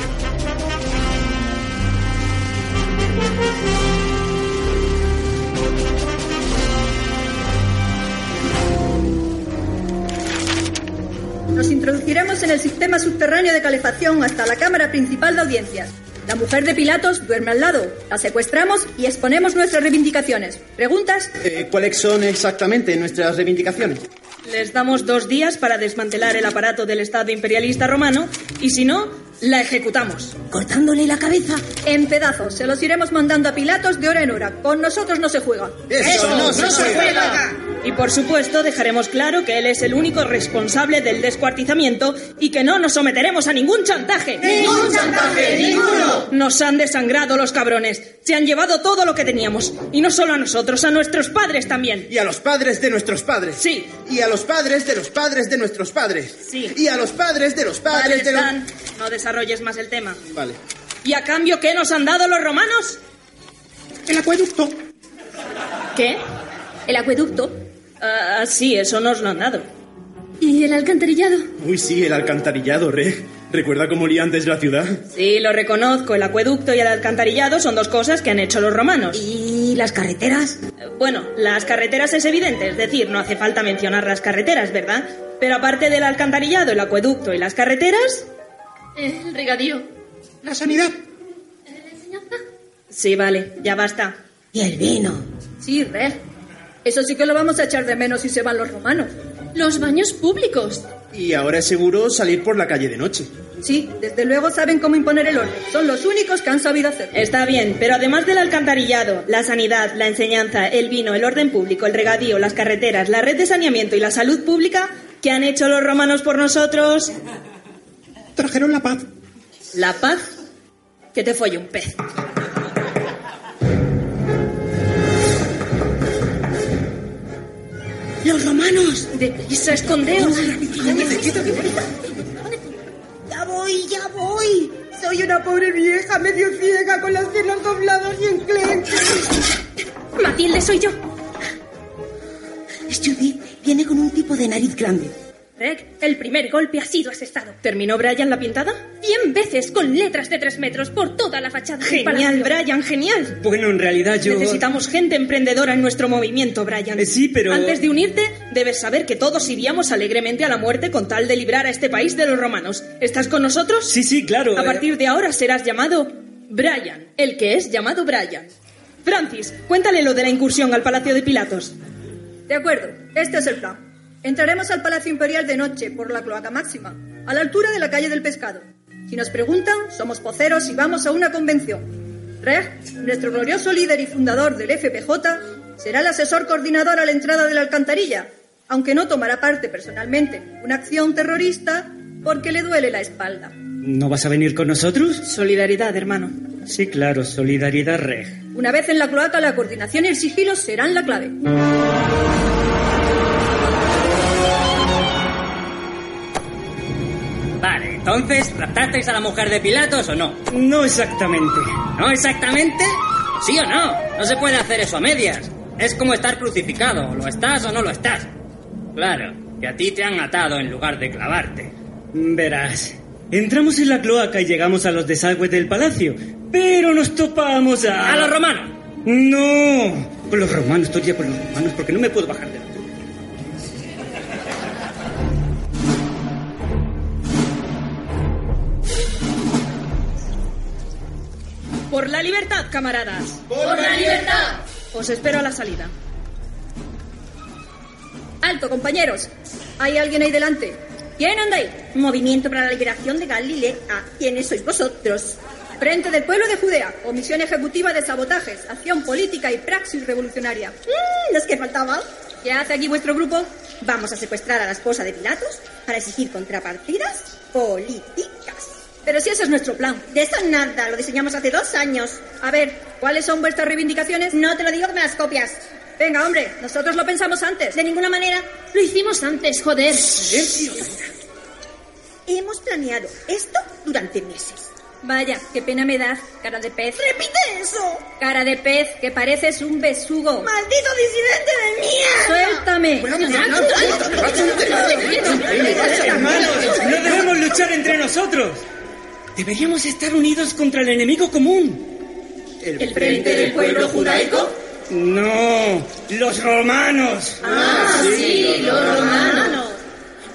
S22: Nos introduciremos en el sistema subterráneo de calefacción hasta la cámara principal de audiencias. La mujer de Pilatos duerme al lado. La secuestramos y exponemos nuestras reivindicaciones. ¿Preguntas?
S9: Eh, ¿Cuáles son exactamente nuestras reivindicaciones?
S22: Les damos dos días para desmantelar el aparato del Estado imperialista romano y si no, la ejecutamos.
S15: ¿Cortándole la cabeza?
S22: En pedazos. Se los iremos mandando a Pilatos de hora en hora. Con nosotros no se juega.
S15: ¡Eso ¡Eso no no se se juega! juega!
S22: Y por supuesto dejaremos claro que él es el único responsable del descuartizamiento y que no nos someteremos a ningún chantaje.
S15: ¡Ningún chantaje, ninguno!
S22: Nos han desangrado los cabrones. Se han llevado todo lo que teníamos. Y no solo a nosotros, a nuestros padres también.
S18: Y a los padres de nuestros padres.
S22: Sí.
S18: Y a los padres de los padres de nuestros padres.
S22: Sí.
S18: Y a los padres de los
S22: Vale,
S18: padres de los...
S22: Stan, No desarrolles más el tema.
S18: Vale.
S22: ¿Y a cambio qué nos han dado los romanos?
S15: El acueducto.
S22: ¿Qué?
S19: El acueducto
S22: Ah, sí, eso nos lo han dado.
S19: y el alcantarillado.
S9: Uy, sí, el alcantarillado, re. ¿Recuerda cómo olía antes la ciudad?
S22: Sí, lo reconozco. El acueducto y el alcantarillado son dos cosas que han hecho los romanos. Eh,
S15: ¿Y las carreteras?
S22: Bueno, las carreteras es evidente, es decir, no hace falta mencionar las carreteras, ¿verdad? Pero aparte del alcantarillado, el acueducto y las carreteras...
S19: El regadío.
S15: La sanidad.
S22: Sí, vale, ya basta.
S15: Y el vino.
S22: Sí, re. Eso sí que lo vamos a echar de menos si se van los romanos.
S19: Los baños públicos.
S18: Y ahora es seguro salir por la calle de noche.
S22: Sí, desde luego saben cómo imponer el orden. Son los únicos que han sabido hacerlo. Está bien, pero además del alcantarillado, la sanidad, la enseñanza, el vino, el orden público, el regadío, las carreteras, la red de saneamiento y la salud pública, ¿qué han hecho los romanos por nosotros?
S15: Trajeron la paz.
S22: ¿La paz? Que te folle un pez.
S15: ¡Los romanos!
S22: ¡Deprisa, escondeos!
S15: ¡Ya voy, ya voy! Soy una pobre vieja medio ciega con las piernas dobladas y enclenques.
S19: Matilde, soy yo.
S15: Es Judith. Viene con un tipo de nariz grande.
S19: Reg, el primer golpe ha sido asestado.
S22: ¿Terminó Brian la pintada?
S19: Cien veces con letras de tres metros por toda la fachada. del
S22: Genial,
S19: palacio.
S22: Brian, genial.
S16: Bueno, en realidad yo...
S22: Necesitamos gente emprendedora en nuestro movimiento, Brian.
S16: Eh, sí, pero-
S22: Antes de unirte, debes saber que todos iríamos alegremente a la muerte con tal de librar a este país de los romanos. ¿Estás con nosotros?
S16: Sí, sí, claro.
S22: A
S16: eh,
S22: partir de ahora serás llamado Brian, el que es llamado Brian. Francis, cuéntale lo de la incursión al Palacio de Pilatos.
S3: De acuerdo, este es el plan. Entraremos al Palacio Imperial de noche por la cloaca máxima, a la altura de la calle del pescado. Si nos preguntan, somos poceros y vamos a una convención. Reg, nuestro glorioso líder y fundador del FPJ, será el asesor coordinador a la entrada de la alcantarilla, aunque no tomará parte personalmente en una acción terrorista porque le duele la espalda.
S16: ¿No vas a venir con nosotros?
S22: Solidaridad, hermano.
S16: Sí, claro, solidaridad reg.
S3: Una vez en la cloaca, la coordinación y el sigilo serán la clave.
S10: Vale, entonces, ¿raptasteis a la mujer de Pilatos o no?
S16: No exactamente.
S10: ¿No exactamente? ¿Sí o no? No se puede hacer eso a medias. Es como estar crucificado. o Lo estás o no lo estás. Claro, que a ti te han atado en lugar de clavarte.
S16: Verás. Entramos en la cloaca y llegamos a los desagües del palacio, pero nos topamos a...
S10: ¡A los romanos!
S16: No, con los romanos, estoy ya con los romanos porque no me puedo bajar de la altura.
S22: Por la libertad, camaradas.
S3: ¡Por la libertad!
S22: Os espero a la salida.
S3: Alto, compañeros. Hay alguien ahí delante. ¿Quién anda ahí?
S15: Movimiento para la liberación de
S3: Ah,
S15: Galilea. ¿Quiénes sois vosotros?
S3: Frente del pueblo de Judea, Comisión Ejecutiva de Sabotajes, Acción Política y Praxis Revolucionaria.
S15: Mm, los que faltaban.
S3: ¿Qué hace aquí vuestro grupo?
S15: Vamos a secuestrar a la esposa de Pilatos para exigir contrapartidas políticas.
S3: Pero si ese es nuestro plan.
S15: De eso nada, lo diseñamos hace dos años.
S3: A ver, ¿cuáles son vuestras reivindicaciones?
S15: No te lo digo que me las copias.
S3: Venga, hombre, nosotros lo pensamos antes.
S15: De ninguna manera
S19: Lo hicimos antes, joder.
S15: hemos planeado esto durante meses.
S3: Vaya, qué pena me das, cara de pez.
S15: ¡Repite eso!
S3: Cara de pez, que pareces un besugo.
S15: ¡Maldito disidente de mierda! pues
S3: ¡Suéltame!
S16: No debemos luchar entre nosotros. Deberíamos estar unidos contra el enemigo común.
S3: ¿El frente del pueblo judaico?
S16: No, los romanos.
S15: ¡Ah,
S3: sí, los romanos!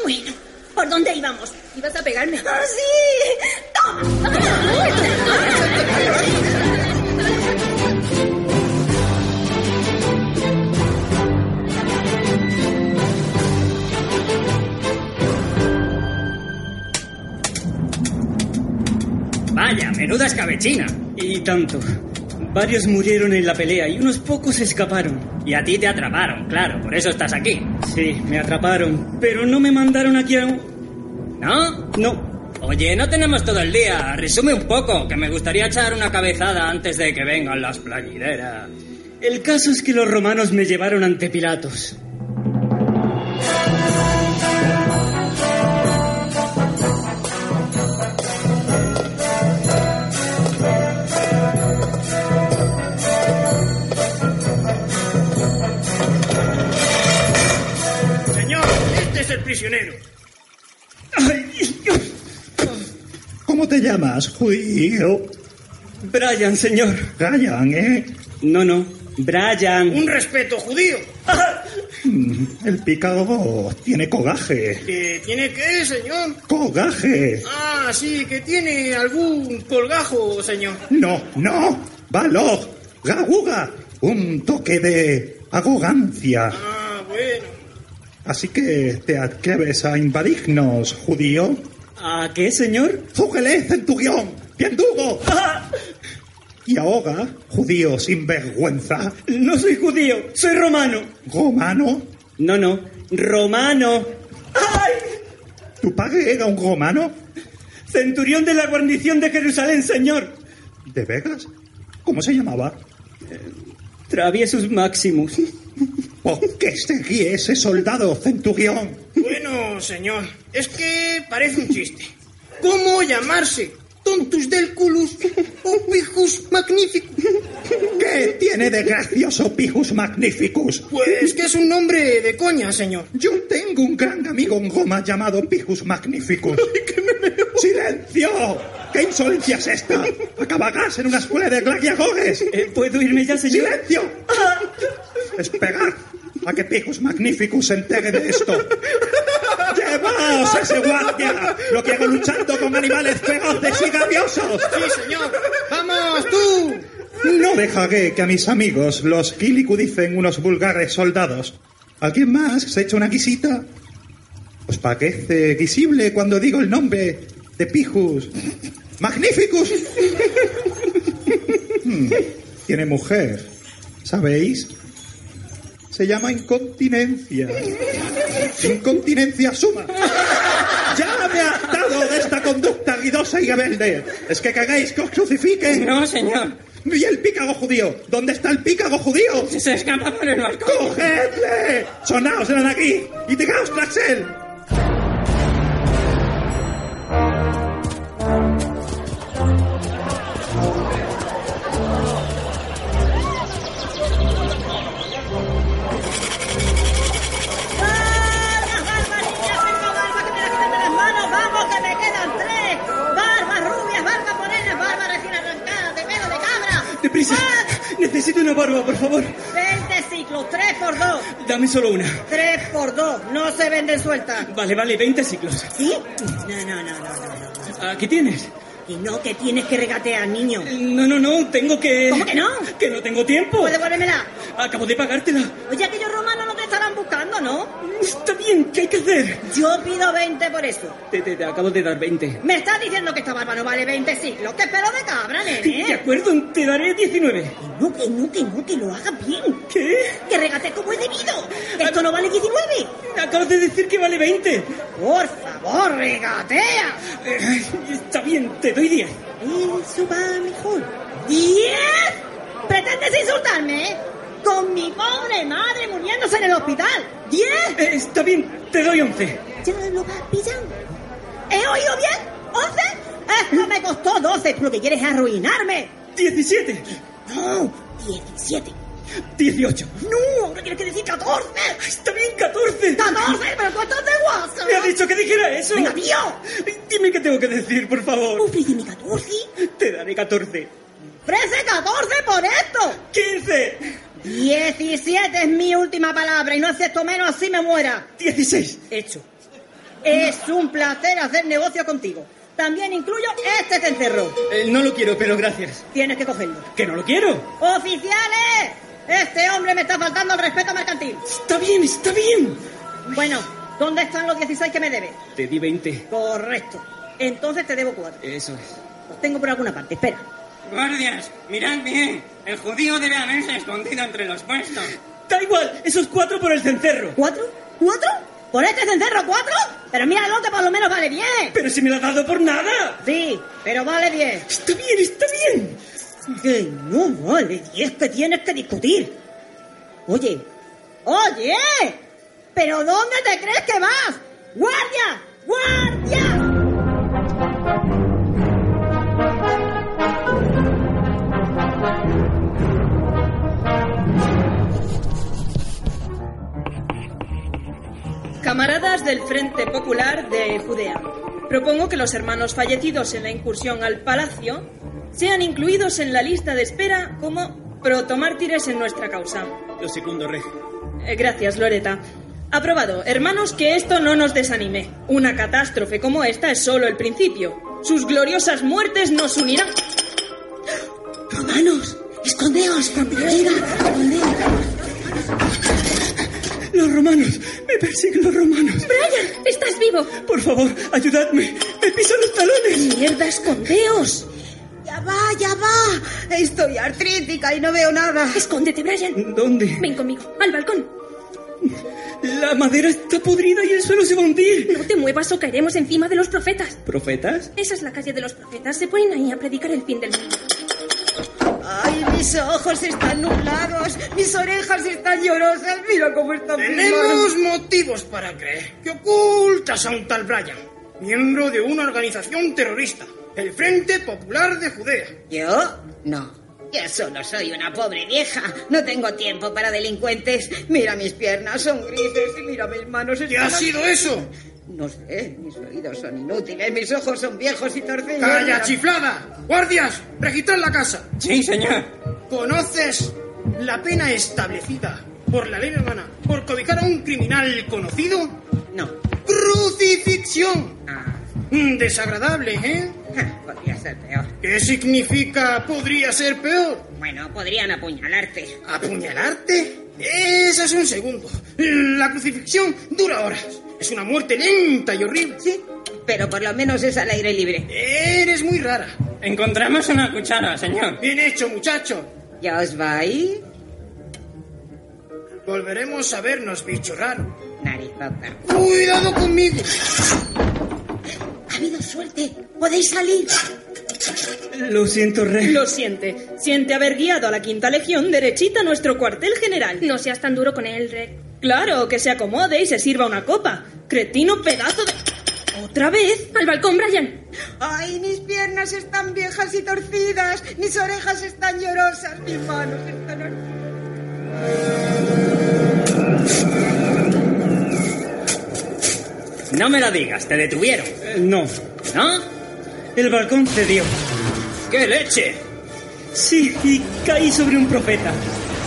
S15: Bueno, ¿por dónde íbamos?
S3: Ibas a pegarme.
S15: ¡Ah, sí!
S10: Vaya, menuda escabechina.
S16: Y tanto. Varios murieron en la pelea y unos pocos escaparon.
S10: Y a ti te atraparon, claro, por eso estás aquí.
S16: Sí, me atraparon, pero no me mandaron aquí a...
S10: ¿No?
S16: No.
S10: Oye, no tenemos todo el día. Resume un poco, que me gustaría echar una cabezada antes de que vengan las plañideras.
S16: El caso es que los romanos me llevaron ante Pilatos.
S18: Señor, este es el prisionero.
S4: ¿Cómo te llamas, judío?
S16: Brian, señor.
S4: Brian, ¿eh?
S16: No, no. Brian.
S18: Un respeto judío.
S4: Mm, El picado tiene cogaje.
S18: ¿Que tiene qué, señor?
S4: ¡Cogaje!
S18: Ah, sí, que tiene algún colgajo, señor.
S4: No, no. Valor. Gaguga. Un toque de arrogancia.
S18: Ah, bueno.
S4: Así que te atreves a invadirnos, judío.
S16: ¿A qué, señor? Ah.
S4: ¡Zúgele, centurión! ¡Bien duro! Y ahora, judío sin vergüenza,
S16: No soy judío, soy romano.
S4: romano,
S16: No, no. Romano.
S4: ¿tu padre era un romano?
S16: Centurión de la guarnición de Jerusalén, señor.
S4: ¿De veras? ¿Cómo se llamaba?
S16: Traviesus Maximus.
S4: ¿Por qué se ríe ese este soldado, centurión?
S18: Bueno, señor, es que parece un chiste. ¿Cómo llamarse? Tontus del culus o pijus magnificus.
S4: ¿Qué tiene de gracioso Pijus Magnificus?
S18: Pues que es un nombre de coña, señor.
S4: Yo tengo un gran amigo en Roma llamado Pijus Magnificus. ¡Silencio! ¿Qué insolencia es esta? Acabarás en una escuela de gladiadores.
S16: Eh, ¿Puedo irme ya, señor?
S4: ¡Silencio!
S18: Ah.
S4: Esperad a que Pijus Magnificus se entere de esto. ¡Llevaos a ese guardia! Lo que hago luchando con animales feroces y gaviosos.
S18: Sí, señor. ¡Vamos, tú!
S4: No dejaré que a mis amigos los quilicudicen unos vulgares soldados. ¿Alguien más se ha hecho una guisita? Pues ¿Os parece guisible cuando digo el nombre de Pijus? ¡Magnificus! Hmm, Tiene mujer, ¿sabéis? Se llama incontinencia. Incontinencia suma. ¡Ya me ha hartado de esta conducta guidosa y rebelde! ¿Es que cagáis que os crucifiquen?
S10: No, señor.
S4: ¿Y el pícago judío? ¿Dónde está el pícago judío?
S10: Se escapa por el balcón.
S4: ¡Cogedle! ¡Sonaos de aquí y tiraos tras él!
S21: ¡Vamos, que me quedan tres! ¡Barbas rubias, barbas morenas, barbas recién arrancadas, de pelo de cabra!
S16: Deprisa. Ah, Necesito una barba, por favor.
S21: ¡Vente ciclos, tres por dos!
S16: Dame solo una.
S21: ¡Tres por dos! ¡No se venden sueltas!
S16: Vale, vale, 20 ciclos. Ah,
S21: ¿Sí? No, no, no, no, no. no.
S16: ¿Qué tienes?
S21: Y no que tienes que regatear, niño.
S16: No, no, no, tengo que...
S21: ¿Cómo que no?
S16: Que no tengo tiempo.
S21: Pues devuélvemela.
S16: Acabo de pagártela.
S21: Oye, aquellos romanos no te estarán buscando, ¿no?
S16: Está bien, ¿qué hay que hacer?
S21: Yo pido 20 por eso.
S16: Te, te- te acabo de dar 20.
S21: Me estás diciendo que esta barba no vale 20 siglos. ¡Qué pelo de cabra,
S16: De
S21: nene!
S16: acuerdo, te daré 19.
S21: No, que no, que no, que lo hagas bien.
S16: ¿Qué?
S21: Que regatees como es debido. Esto no vale 19.
S16: Acabas de decir que vale 20.
S21: Por favor, regatea.
S16: Eh, Está bien, te doy 10.
S21: Eso va mejor. ¡Diez! ¿Pretendes insultarme? eh? Con mi pobre madre muriéndose en el hospital. ¡Diez!
S16: Eh, Está bien, te doy 11.
S21: Ya lo vas pillando. ¿He oído bien? ¿Once? Esto me costó doce. Lo que quieres es arruinarme.
S16: 17.
S21: No, diecisiete.
S16: 18.
S21: No, ahora tienes que decir catorce.
S16: Está bien, 14.
S21: ¡Catorce! ¡Pero tú estás de guasa!
S16: Me ha dicho que dijera eso.
S21: ¡Venga, tío!
S16: Dime qué tengo que decir, por favor.
S21: ¡Ofréceme catorce!
S16: Te daré 14.
S21: ¡Ofrece catorce por esto!
S16: 15.
S21: Diecisiete es mi última palabra y no acepto menos así me muera.
S16: 16.
S21: Hecho. Es un placer hacer negocio contigo. También incluyo este cencerro.
S16: Eh, no lo quiero, pero gracias.
S21: Tienes que cogerlo.
S16: Que no lo quiero.
S21: ¡Oficiales! Este hombre me está faltando el respeto mercantil.
S16: Está bien, está bien.
S21: Bueno, ¿dónde están los 16 que me debes?
S16: Te di 20.
S21: Correcto. Entonces te debo cuatro.
S16: Eso es.
S21: Los tengo por alguna parte, espera.
S10: Guardias, mirad bien. El judío debe haberse escondido entre los puestos.
S21: Da igual, esos cuatro por el cencerro. ¿Cuatro? ¿Cuatro? ¿Por este cencerro cuatro? Pero mira, el otro por lo menos vale bien.
S16: Pero si me lo has dado por nada.
S21: Sí, pero vale bien. Está bien, está bien. Que no vale y es que tienes que discutir. Oye, oye, ¿pero dónde te crees que vas? ¡Guardia! ¡Guardia!
S22: Camaradas del Frente Popular de Judea, propongo que los hermanos fallecidos en la incursión al palacio sean incluidos en la lista de espera como protomártires en nuestra causa.
S9: Lo segundo, rey.
S22: Eh, gracias, Loreta. Aprobado. Hermanos, que esto no nos desanime. Una catástrofe como esta es solo el principio. Sus gloriosas muertes nos unirán.
S23: ¡Romanos! ¡Escondeos! ¡Venga!
S16: Los romanos. Me persiguen los romanos.
S19: Brian, estás vivo.
S16: Por favor, ayudadme. Me pisan los talones.
S23: ¡Mierda, escondeos! ¡Ya va, ya va! Estoy artrítica y no veo nada.
S19: Escóndete, Brian.
S16: ¿Dónde?
S19: Ven conmigo, al balcón.
S16: La madera está podrida y el suelo se va a hundir.
S19: No te muevas o caeremos encima de los profetas.
S16: ¿Profetas?
S19: Esa es la calle de los profetas. Se ponen ahí a predicar el fin del mundo.
S23: ¡Ay, mis ojos están nublados! ¡Mis orejas están llorosas! ¡Mira cómo están
S18: Tenemos
S23: finas.
S18: motivos para creer que ocultas a un tal Brian, miembro de una organización terrorista, el Frente Popular de Judea.
S21: ¿Yo? No.
S15: Yo solo soy una pobre vieja. No tengo tiempo para delincuentes. Mira mis piernas, son grises y mira mis manos.
S18: ¿Qué ha sido eso?
S15: No sé, mis oídos son inútiles, mis ojos son viejos y torcidos.
S18: ¡Calla,
S15: Mira-
S18: chiflada! ¡Guardias! ¡Registad la casa!
S10: Sí, señor.
S18: ¿Conoces la pena establecida por la ley romana por cobijar a un criminal conocido?
S15: No. Ah.
S18: ¡Crucifixión! Mm, Desagradable, ¿eh?
S15: Podría ser peor.
S18: ¿Qué significa podría ser peor?
S15: Bueno, podrían apuñalarte.
S18: ¿Apuñalarte? Ese es un segundo. La crucifixión dura horas. Es una muerte lenta y horrible.
S15: Sí, pero por lo menos es al aire libre.
S18: Eres muy rara.
S10: Encontramos una
S15: Ah,
S10: cuchara, señor.
S18: Bien hecho, muchacho.
S15: ¿Ya os vais?
S18: Volveremos a vernos, bicho raro.
S15: Narizota.
S18: ¡Cuidado conmigo!
S23: Ha habido suerte. Podéis salir.
S16: Lo siento, rey.
S22: Lo siente. Siente haber guiado a la quinta legión derechita a nuestro cuartel general.
S19: No seas tan duro con él, Red.
S22: Claro, que se acomode y se sirva una copa. Cretino pedazo de... ¿Otra vez?
S19: Al balcón, Brian.
S23: ¡Ay, mis piernas están viejas y torcidas! ¡Mis orejas están llorosas! ¡Mis manos están... hor-
S10: No me lo digas, te detuvieron.
S16: Eh, no,
S10: ¿No?
S16: el balcón cedió.
S10: ¡Qué leche!
S16: Sí, y caí sobre un profeta.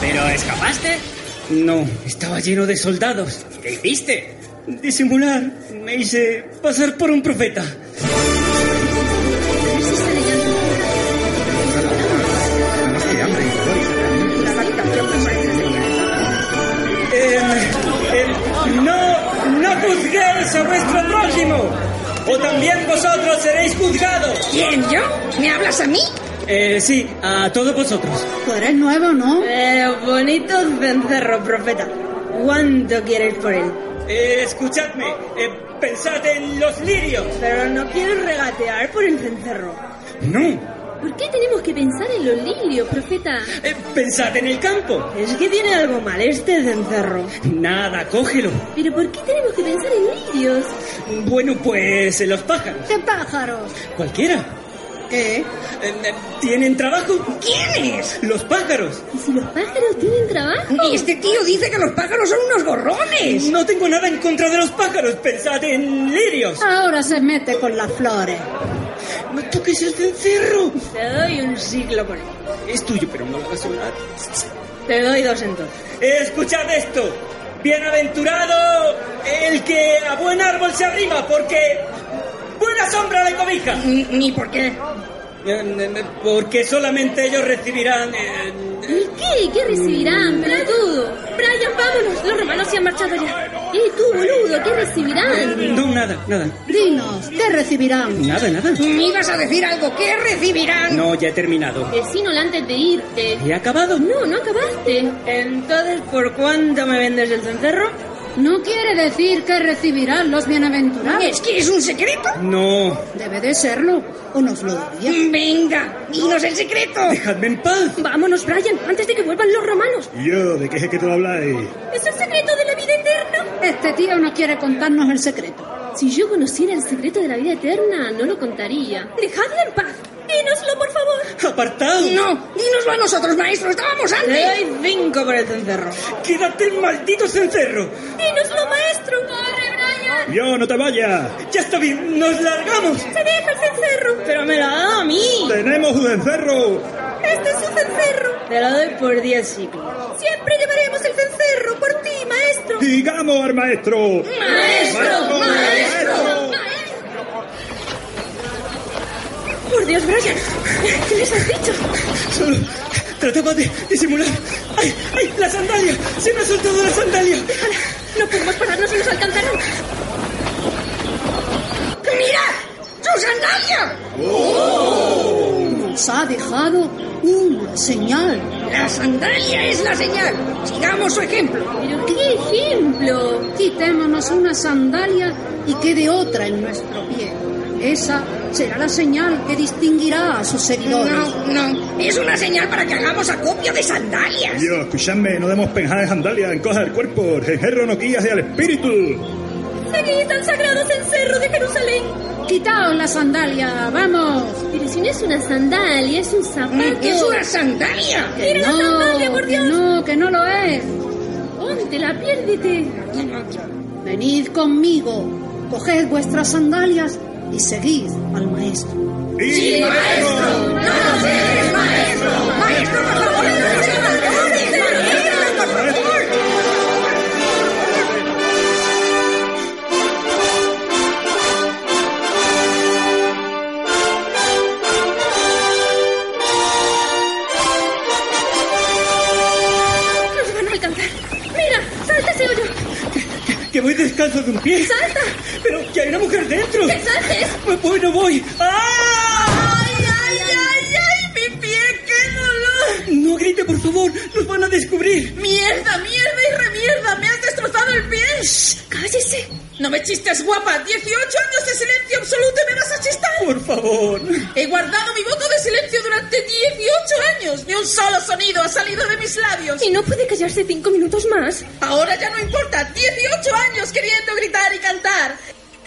S10: ¿Pero escapaste?
S16: No, estaba lleno de soldados.
S10: ¿Qué hiciste?
S16: Disimular, me hice pasar por un profeta. Em, no, no juzguéis a vuestro prójimo, o también vosotros seréis juzgados.
S19: ¿Quién, yo? ¿Me hablas a mí?
S16: Eh, sí, a todos vosotros.
S12: Tú eres nuevo, ¿no?
S22: Eh, bonito cencerro, profeta. ¿Cuánto quieres por él?
S16: Eh, escuchadme, eh, pensad en los lirios.
S22: Pero no quieres regatear por el cencerro.
S16: No,
S19: ¿Por qué tenemos que pensar en los lirios, profeta?
S16: eh, pensad en el campo.
S22: Es que tiene algo mal este cencerro.
S16: Nada, cógelo.
S19: ¿Pero por qué tenemos que pensar en lirios?
S16: Bueno, pues en los pájaros.
S12: ¿Qué pájaros?
S16: Cualquiera. Eh,
S12: ¿Qué?
S16: ¿Tienen trabajo?
S12: ¿Quiénes?
S16: Los pájaros.
S19: ¿Y si los pájaros tienen trabajo?
S12: Este tío dice que los pájaros son unos gorrones.
S16: No tengo nada en contra de los pájaros. Pensad en lirios.
S12: Ahora se mete con las flores.
S16: No toques el cencerro.
S22: Te doy un siglo por él.
S16: Es tuyo, pero no lo hagas sonar.
S22: Te doy dos entonces.
S16: Escuchad esto. Bienaventurado el que a buen árbol se arrima, porque buena sombra le cobija.
S12: ¿Ni por qué?
S16: Porque solamente ellos recibirán eh,
S19: ¿Y qué? ¿Qué recibirán, pelotudo? Brian, vámonos. Los romanos se han marchado ya. ¿Y ¡Eh, tú, boludo? ¿Qué recibirán?
S16: No, nada, nada.
S19: Dinos, ¿qué recibirán?
S16: Nada, nada.
S19: ibas a decir algo. ¿Qué recibirán?
S16: No, ya he terminado.
S19: Decínoslo antes de irte.
S16: ¿He acabado?
S19: No, no acabaste.
S22: Entonces, ¿por cuánto me vendes el cencerro?
S12: No quiere decir que recibirán los bienaventurados.
S21: ¿Es que es un secreto?
S16: No.
S12: Debe de serlo, o nos lo diría.
S21: Venga, dinos el secreto.
S16: Dejadme en paz.
S19: Vámonos, Brian, antes de que vuelvan los romanos.
S4: Yo, ¿de qué es que tú habláis?
S19: ¿Es el secreto de la vida eterna?
S12: Este tío no quiere contarnos el secreto.
S19: Si yo conociera el secreto de la vida eterna, no lo contaría. ¡Dejadla en paz! ¡Dínoslo, por favor!
S16: ¡Apartado!
S21: No, dínoslo a nosotros, maestro. Estábamos
S22: Te
S21: antes.
S22: doy cinco por el cencerro.
S16: ¡Quédate el maldito cencerro!
S19: ¡Dínoslo, maestro! ¡Corre, Brian!
S4: Yo, no te vayas.
S16: ¡Ya está bien! ¡Nos largamos!
S19: ¡Se deja el cencerro!
S22: ¡Pero me lo ha dado a mí!
S4: Tenemos un encerro.
S19: ¡Este es su cencerro!
S22: Te lo doy por diez ciclos.
S19: ¡Siempre llevaremos el cencerro por ti, maestro!
S4: Digamos al maestro.
S19: ¡Maestro! ¡Maestro! ¡Por Dios, Brian! ¿Qué les has dicho?
S16: Solo trataba de disimular. ¡Ay, ay! ¡La sandalia! ¡Se me ha soltado la sandalia!
S19: No podemos pararnos y nos alcanzarán.
S21: ¡Mira! ¡Su sandalia!
S19: ¡Oh!
S12: Nos ha dejado una señal.
S21: La sandalia es la señal. Sigamos su ejemplo.
S19: ¡Pero qué ejemplo!
S12: Quitémonos una sandalia y quede otra en nuestro pie. Esa será la señal que distinguirá a sus seguidores.
S21: No, no. Es una señal para que hagamos acopio de sandalias.
S4: Yo, escuchadme, no demos penjadas sandalias, encoja el cuerpo, genjerro no guías y al espíritu.
S19: ¡Seguid al sagrado cencerro de Jerusalén! Ah,
S12: Quitaos la sandalia, vamos.
S19: Pero si no es una sandalia, es un zapato.
S21: ¿Qué es una sandalia?
S19: ¡Mira la sandalia, por
S12: que
S19: Dios!
S12: no, que no lo es.
S19: ¡Póntela, piérdete!
S12: Venid conmigo, coged vuestras sandalias y seguid al maestro.
S21: ¡Sí, maestro! ¡No nos dejes, maestro! ¡Maestro, por favor, no nos dejes, maestro! ¡Por favor!
S19: ¡Nos van a alcanzar! ¡Mira! ¡Salta ese hoyo!
S16: ¡Que voy descalzo de un pie!
S19: ¡Salta!
S16: ¡Pero que hay una mujer dentro!
S19: ¡Que saltes!
S16: Pues voy, no voy. ¡Ah!
S19: ¡Ay, ay, ay, ay! ¡Mi pie! ¡Qué dolor!
S16: No grite, por favor, nos van a descubrir.
S19: ¡Mierda, mierda y remierda! ¡Me has destrozado el pie! ¡Cállese!
S21: No me chistes, guapa. 18 años de silencio absoluto y me vas a chistar.
S16: Por favor.
S21: He guardado mi voto de silencio durante 18 años. Ni un solo sonido ha salido de mis labios.
S19: ¿Y no puede callarse cinco minutos más?
S21: Ahora ya no importa. 18 años queriendo gritar y cantar.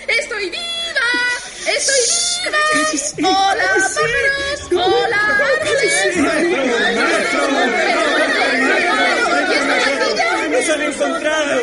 S21: ¡Estoy viva! ¡Estoy viva! ¡Hola, pájaros! ¡Hola, árboles!
S16: ¡Nos han encontrado!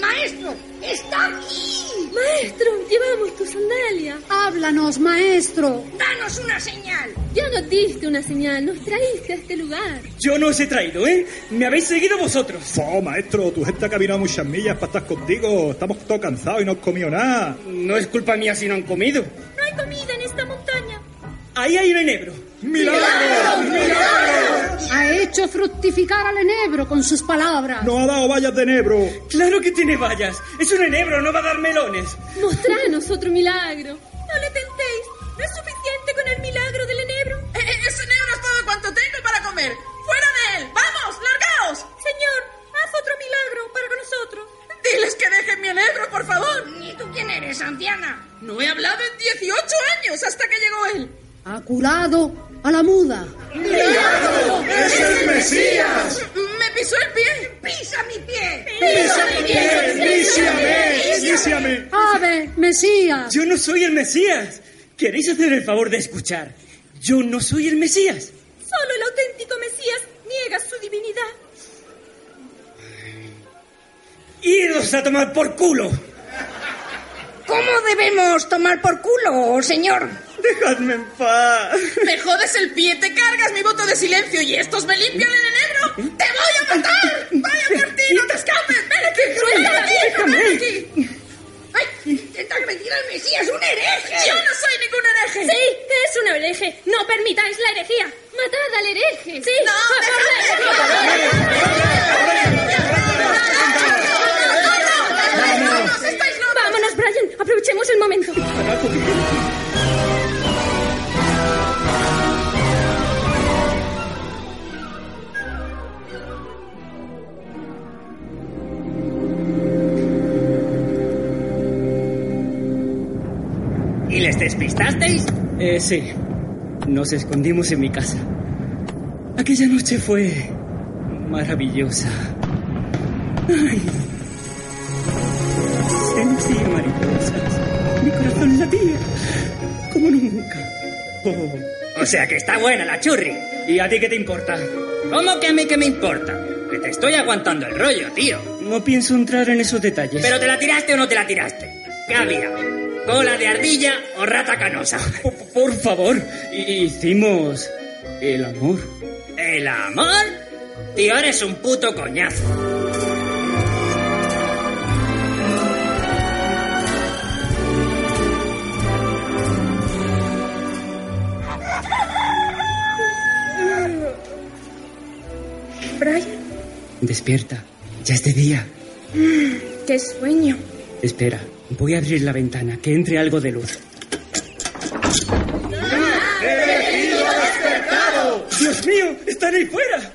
S21: ¡Maestro! ¡Está aquí!
S19: Maestro, llevamos tu sandalia.
S12: Háblanos, maestro.
S21: ¡Danos una señal!
S19: Ya nos diste una señal, nos traíste a este lugar.
S16: Yo no os he traído, ¿eh? Me habéis seguido vosotros.
S4: Oh, maestro, tu gente ha caminado muchas millas para estar contigo. Estamos todos cansados y no has comido nada.
S16: No es culpa mía si no han comido.
S19: No hay comida en esta montaña.
S16: Ahí hay un enebro.
S4: ¡Milagro!
S12: Ha hecho fructificar al enebro con sus palabras.
S4: No ha dado vallas de enebro.
S16: Claro que tiene vallas. Es un enebro, no va a dar melones.
S19: Mostranos otro milagro. No le tentéis. No es suficiente con el milagro del enebro.
S21: Eh, eh, ¡Ese negro es todo cuanto tengo para comer! ¡Fuera de él! ¡Vamos! ¡Largaos!
S19: Señor, haz otro milagro para nosotros.
S21: ¡Diles que dejen mi enebro, por favor! ¿Y tú quién eres, anciana? No he hablado en 18 años hasta que llegó él.
S12: Ha curado a la muda.
S21: ¡Milagro!
S4: ¡Es el Mesías!
S21: ¡Me pisó el pie! ¡Pisa mi pie!
S19: ¡Pisa mi pie!
S4: ¡Mísiame! ¡Mísiame!
S12: Ave, Mesías.
S16: Yo no soy el Mesías. ¿Queréis hacer el favor de escuchar? Yo no soy el Mesías.
S19: Solo el auténtico Mesías niega su divinidad.
S16: Iros a tomar por culo.
S21: ¿Cómo debemos tomar por culo, señor?
S16: Dejadme en paz.
S21: Me jodes el pie, te cargas mi voto de silencio y estos me limpian el enebro. ¡Te voy a matar! ¡Vaya por ti! ¡No te escapes! ¡Ven aquí! ¡Ven aquí! ¡Ven aquí! ¡Ay! ¡Está agrediendo! el Mesías un
S19: hereje!
S21: ¡Yo no soy ningún hereje!
S19: Sí, es un hereje. No permitáis la herejía. Matad al hereje. Sí,
S21: No,
S19: a por la Vámonos, Brian. Aprovechemos el momento.
S10: ¿Y les despistasteis?
S16: Eh, sí. Nos escondimos en mi casa. Aquella noche fue maravillosa. Ay. Sentí mariposas. Mi corazón latía como nunca. Oh,
S10: O sea que está buena la churri.
S16: ¿Y a ti qué te importa?
S10: ¿Cómo que a mí qué me importa? Que te estoy aguantando el rollo, tío.
S16: No pienso entrar en esos detalles.
S10: ¿Pero te la tiraste o no te la tiraste? ¿Qué había? ¿Cola de ardilla o rata canosa?
S16: Por favor, hi- hicimos el amor.
S10: ¿El amor? Tío, eres un puto coñazo.
S21: Brian,
S16: Despierta, ya es de día.
S21: mm, qué sueño.
S16: Espera, voy a abrir la ventana, que entre algo de luz. ¡Dios mío! ¡Están ahí fuera!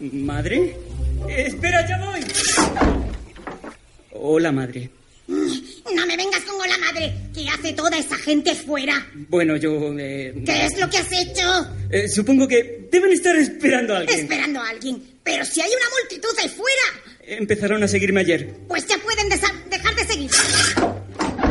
S16: ¿Madre? ¡Espera, ya voy! Hola, madre.
S14: No me vengas con hola madre. ¿Qué hace toda esa gente fuera?
S16: Bueno, yo... eh,
S14: ¿Qué es lo que has hecho?
S16: eh, supongo que deben estar esperando a alguien.
S14: Esperando a alguien. Pero si hay una multitud ahí fuera,
S16: Empezaron a seguirme ayer.
S14: pues ya pueden desa- dejar de seguir.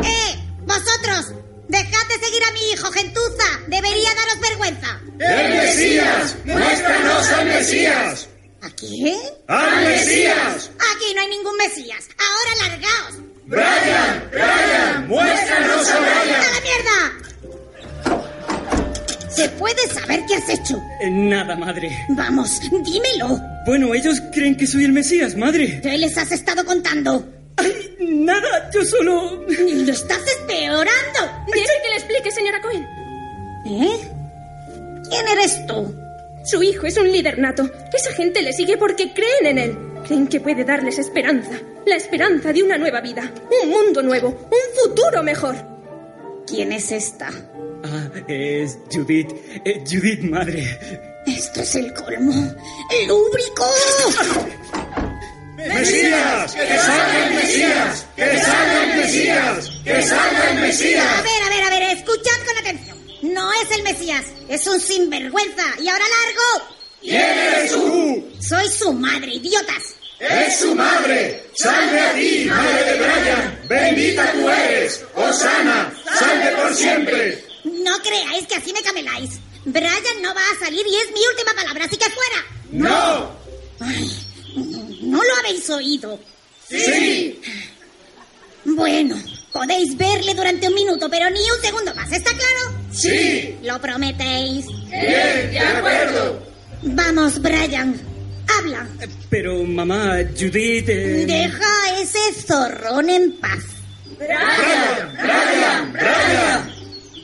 S14: ¡Eh! ¡Vosotros! ¡Dejad de seguir a mi hijo, gentuza! ¡Debería daros vergüenza!
S9: ¡El Mesías! ¡Muéstranos al Mesías!
S14: ¿A quién?
S9: ¡Al Mesías!
S14: Aquí no hay ningún Mesías. Ahora largaos.
S9: ¡Brian! ¡Brian! ¡Muéstranos a Brian!
S14: ¡A la mierda! ¿Se puede saber qué has hecho?
S16: Eh, nada, madre.
S14: Vamos, dímelo.
S16: Bueno, ellos creen que soy el Mesías, madre.
S14: ¿Qué les has estado contando?
S16: nada, yo solo...
S14: Lo estás empeorando.
S19: Deje que le explique, señora Cohen.
S14: ¿Eh? ¿Quién eres tú?
S19: Su hijo es un líder nato. Esa gente le sigue porque creen en él. Creen que puede darles esperanza. La esperanza de una nueva vida. Un mundo nuevo. Un futuro mejor.
S14: ¿Quién es esta?
S16: Ah, es Judith. Eh, Judith, madre.
S14: Esto es el colmo. ¡Lúbrico!
S9: ¡Mesías! ¡Que salga el Mesías! ¡Que salga el Mesías! ¡Que salga el
S14: A
S9: Mesías!
S14: ver, a ver, a ver, escuchad con atención. No es el Mesías, es un sinvergüenza. Y ahora largo.
S9: ¿Quién eres tú?
S14: Soy su madre, idiotas.
S9: ¡Es su madre! ¡Salve a ti, madre de Brian! ¡Bendita tú eres! ¡Osana! ¡Salve por siempre!
S14: No creáis que así me cameláis. Brian no va a salir y es mi última palabra, así que fuera.
S9: ¡No!
S14: ¿No lo habéis oído?
S9: ¡Sí!
S14: Bueno, podéis verle durante un minuto, pero ni un segundo más, ¿está claro?
S9: Sí.
S14: ¿Lo prometéis?
S9: Bien, de acuerdo.
S14: Vamos, Brian. Habla.
S16: Pero, mamá, Judith... eh,
S14: Deja a ese zorrón en paz.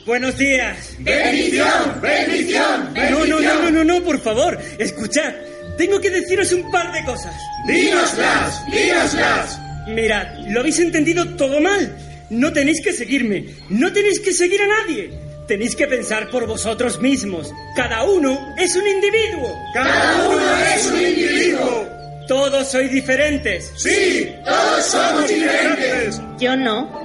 S16: Buenos días.
S9: ¡Bendición! ¡Bendición!
S16: No, no, no,
S9: ¡Bendición!
S16: no, no, no, por favor, escuchad. Tengo que deciros un par de cosas.
S9: Dínoslas, dínoslas.
S16: Mirad, lo habéis entendido todo mal. No tenéis que seguirme, no tenéis que seguir a nadie. Tenéis que pensar por vosotros mismos. Cada uno es un individuo.
S9: Cada uno es un individuo.
S16: Todos sois diferentes.
S9: ¡Sí! ¡Todos somos diferentes!
S5: Yo no.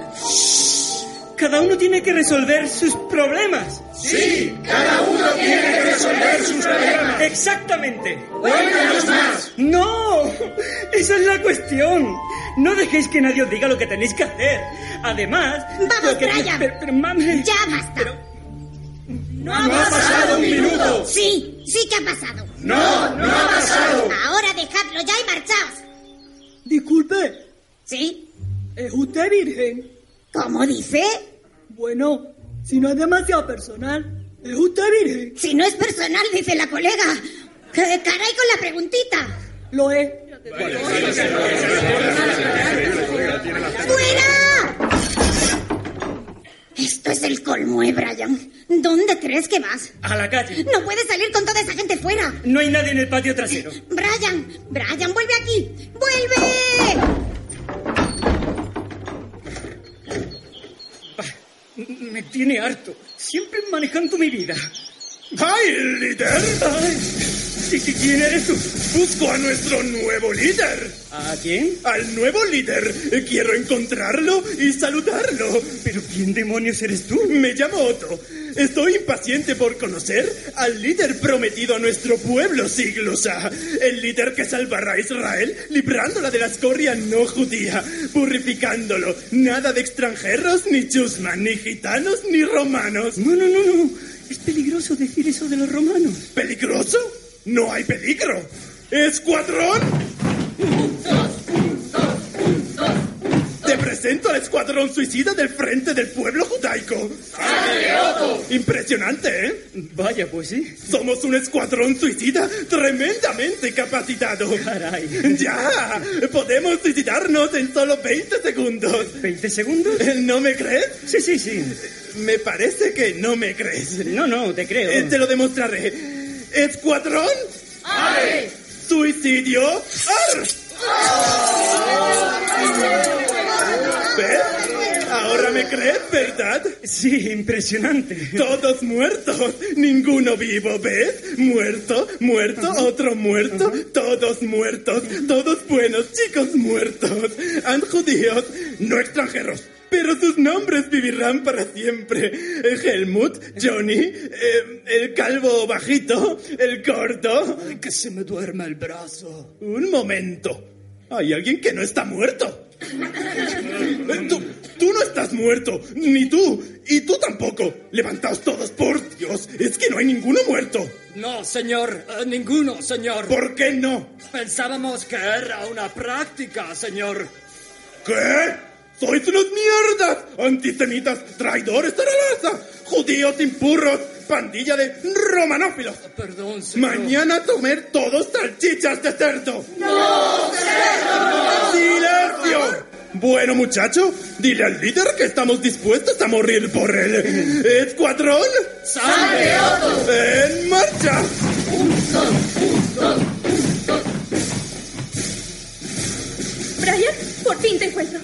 S16: Cada uno tiene que resolver sus problemas.
S9: ¡Sí! ¡Cada uno tiene que resolver sus problemas!
S16: Exactamente.
S9: ¡Cuéntanos más!
S16: ¡No! Esa es la cuestión. No dejéis que nadie os diga lo que tenéis que hacer. Además...
S14: Vamos,
S16: lo que-
S14: Brian.
S16: Pero, pero, mami,
S14: Ya basta.
S9: ¡No ha pasado un minuto!
S14: Sí, sí que ha pasado.
S9: ¡No, no ha pasado!
S14: Ahora dejadlo ya y marchaos.
S1: Disculpe,
S14: ¿Sí?
S1: ¿es usted virgen?
S14: ¿Cómo dice?
S1: Bueno, si no es demasiado personal, ¿es usted virgen?
S14: Si no es personal, dice la colega. Eh, Caray con la preguntita.
S1: Lo es.
S14: Esto es el colmo, ¿eh, Brian? ¿Dónde crees que vas?
S16: A la calle.
S14: No puedes salir con toda esa gente fuera.
S16: No hay nadie en el patio trasero.
S14: Brian, Brian, vuelve aquí. ¡Vuelve!
S16: Me tiene harto. Siempre manejando mi vida.
S9: ¡Ay, líder!
S16: ¿Y qué- quién eres tú?
S9: Busco a nuestro nuevo líder.
S16: ¿A quién?
S9: Al nuevo líder. Eh, Quiero encontrarlo y saludarlo.
S16: ¿Pero quién demonios eres tú?
S9: Me llamo Otto. Estoy impaciente por conocer al líder prometido a nuestro pueblo, Siglosa. El líder que salvará a Israel, librándola de la escoria no judía, purificándolo. Nada de extranjeros, ni chusman, ni gitanos, ni romanos.
S16: No, no, no, no. Es peligroso decir eso de los romanos.
S9: ¿Peligroso? No hay peligro. ¡Escuadrón! Te presento al escuadrón suicida del frente del pueblo judaico. Impresionante, ¿eh?
S16: Vaya, pues sí.
S9: Somos un escuadrón suicida tremendamente capacitado.
S16: Caray.
S9: ¡Ya! Podemos suicidarnos en solo 20 segundos.
S16: ¿20 segundos?
S9: ¿No me crees?
S16: Sí, sí, sí.
S9: Me parece que no me crees.
S16: No, no, te creo.
S9: Eh, te lo demostraré. ¿Escuadrón? ¿Suicidio? ¡Ar! ¿Ves? Ahora me crees, ¿verdad?
S16: Sí, impresionante.
S9: Todos muertos, ninguno vivo, ¿ves? Muerto, muerto, otro muerto, todos muertos, todos buenos, chicos muertos, han judíos, no extranjeros. Pero sus nombres vivirán para siempre. Eh, Helmut, Johnny, eh, el calvo bajito, el corto. que se me duerma el brazo. Un momento. Hay alguien que no está muerto. Eh, Tú, tú no estás muerto, ni tú, y tú tampoco. Levantaos todos, por Dios, es que no hay ninguno muerto.
S10: No, señor, eh, ninguno, señor.
S9: ¿Por qué no?
S10: Pensábamos que era una práctica, señor.
S9: ¿Qué? ¡Sois unos mierdas! ¡Antisemitas, traidores a la raza! ¡Judíos impurros! ¡Pandilla de romanófilos!
S10: Perdón, señor.
S9: Mañana a comer todos salchichas de cerdo.
S21: ¡No,
S9: ¡Silencio! Bueno, muchacho, dile al líder que estamos dispuestos a morir por él. ¿Escuadrón?
S21: ¡Sangre, Otto!
S9: ¡En marcha!
S19: Brian, por fin te encuentro.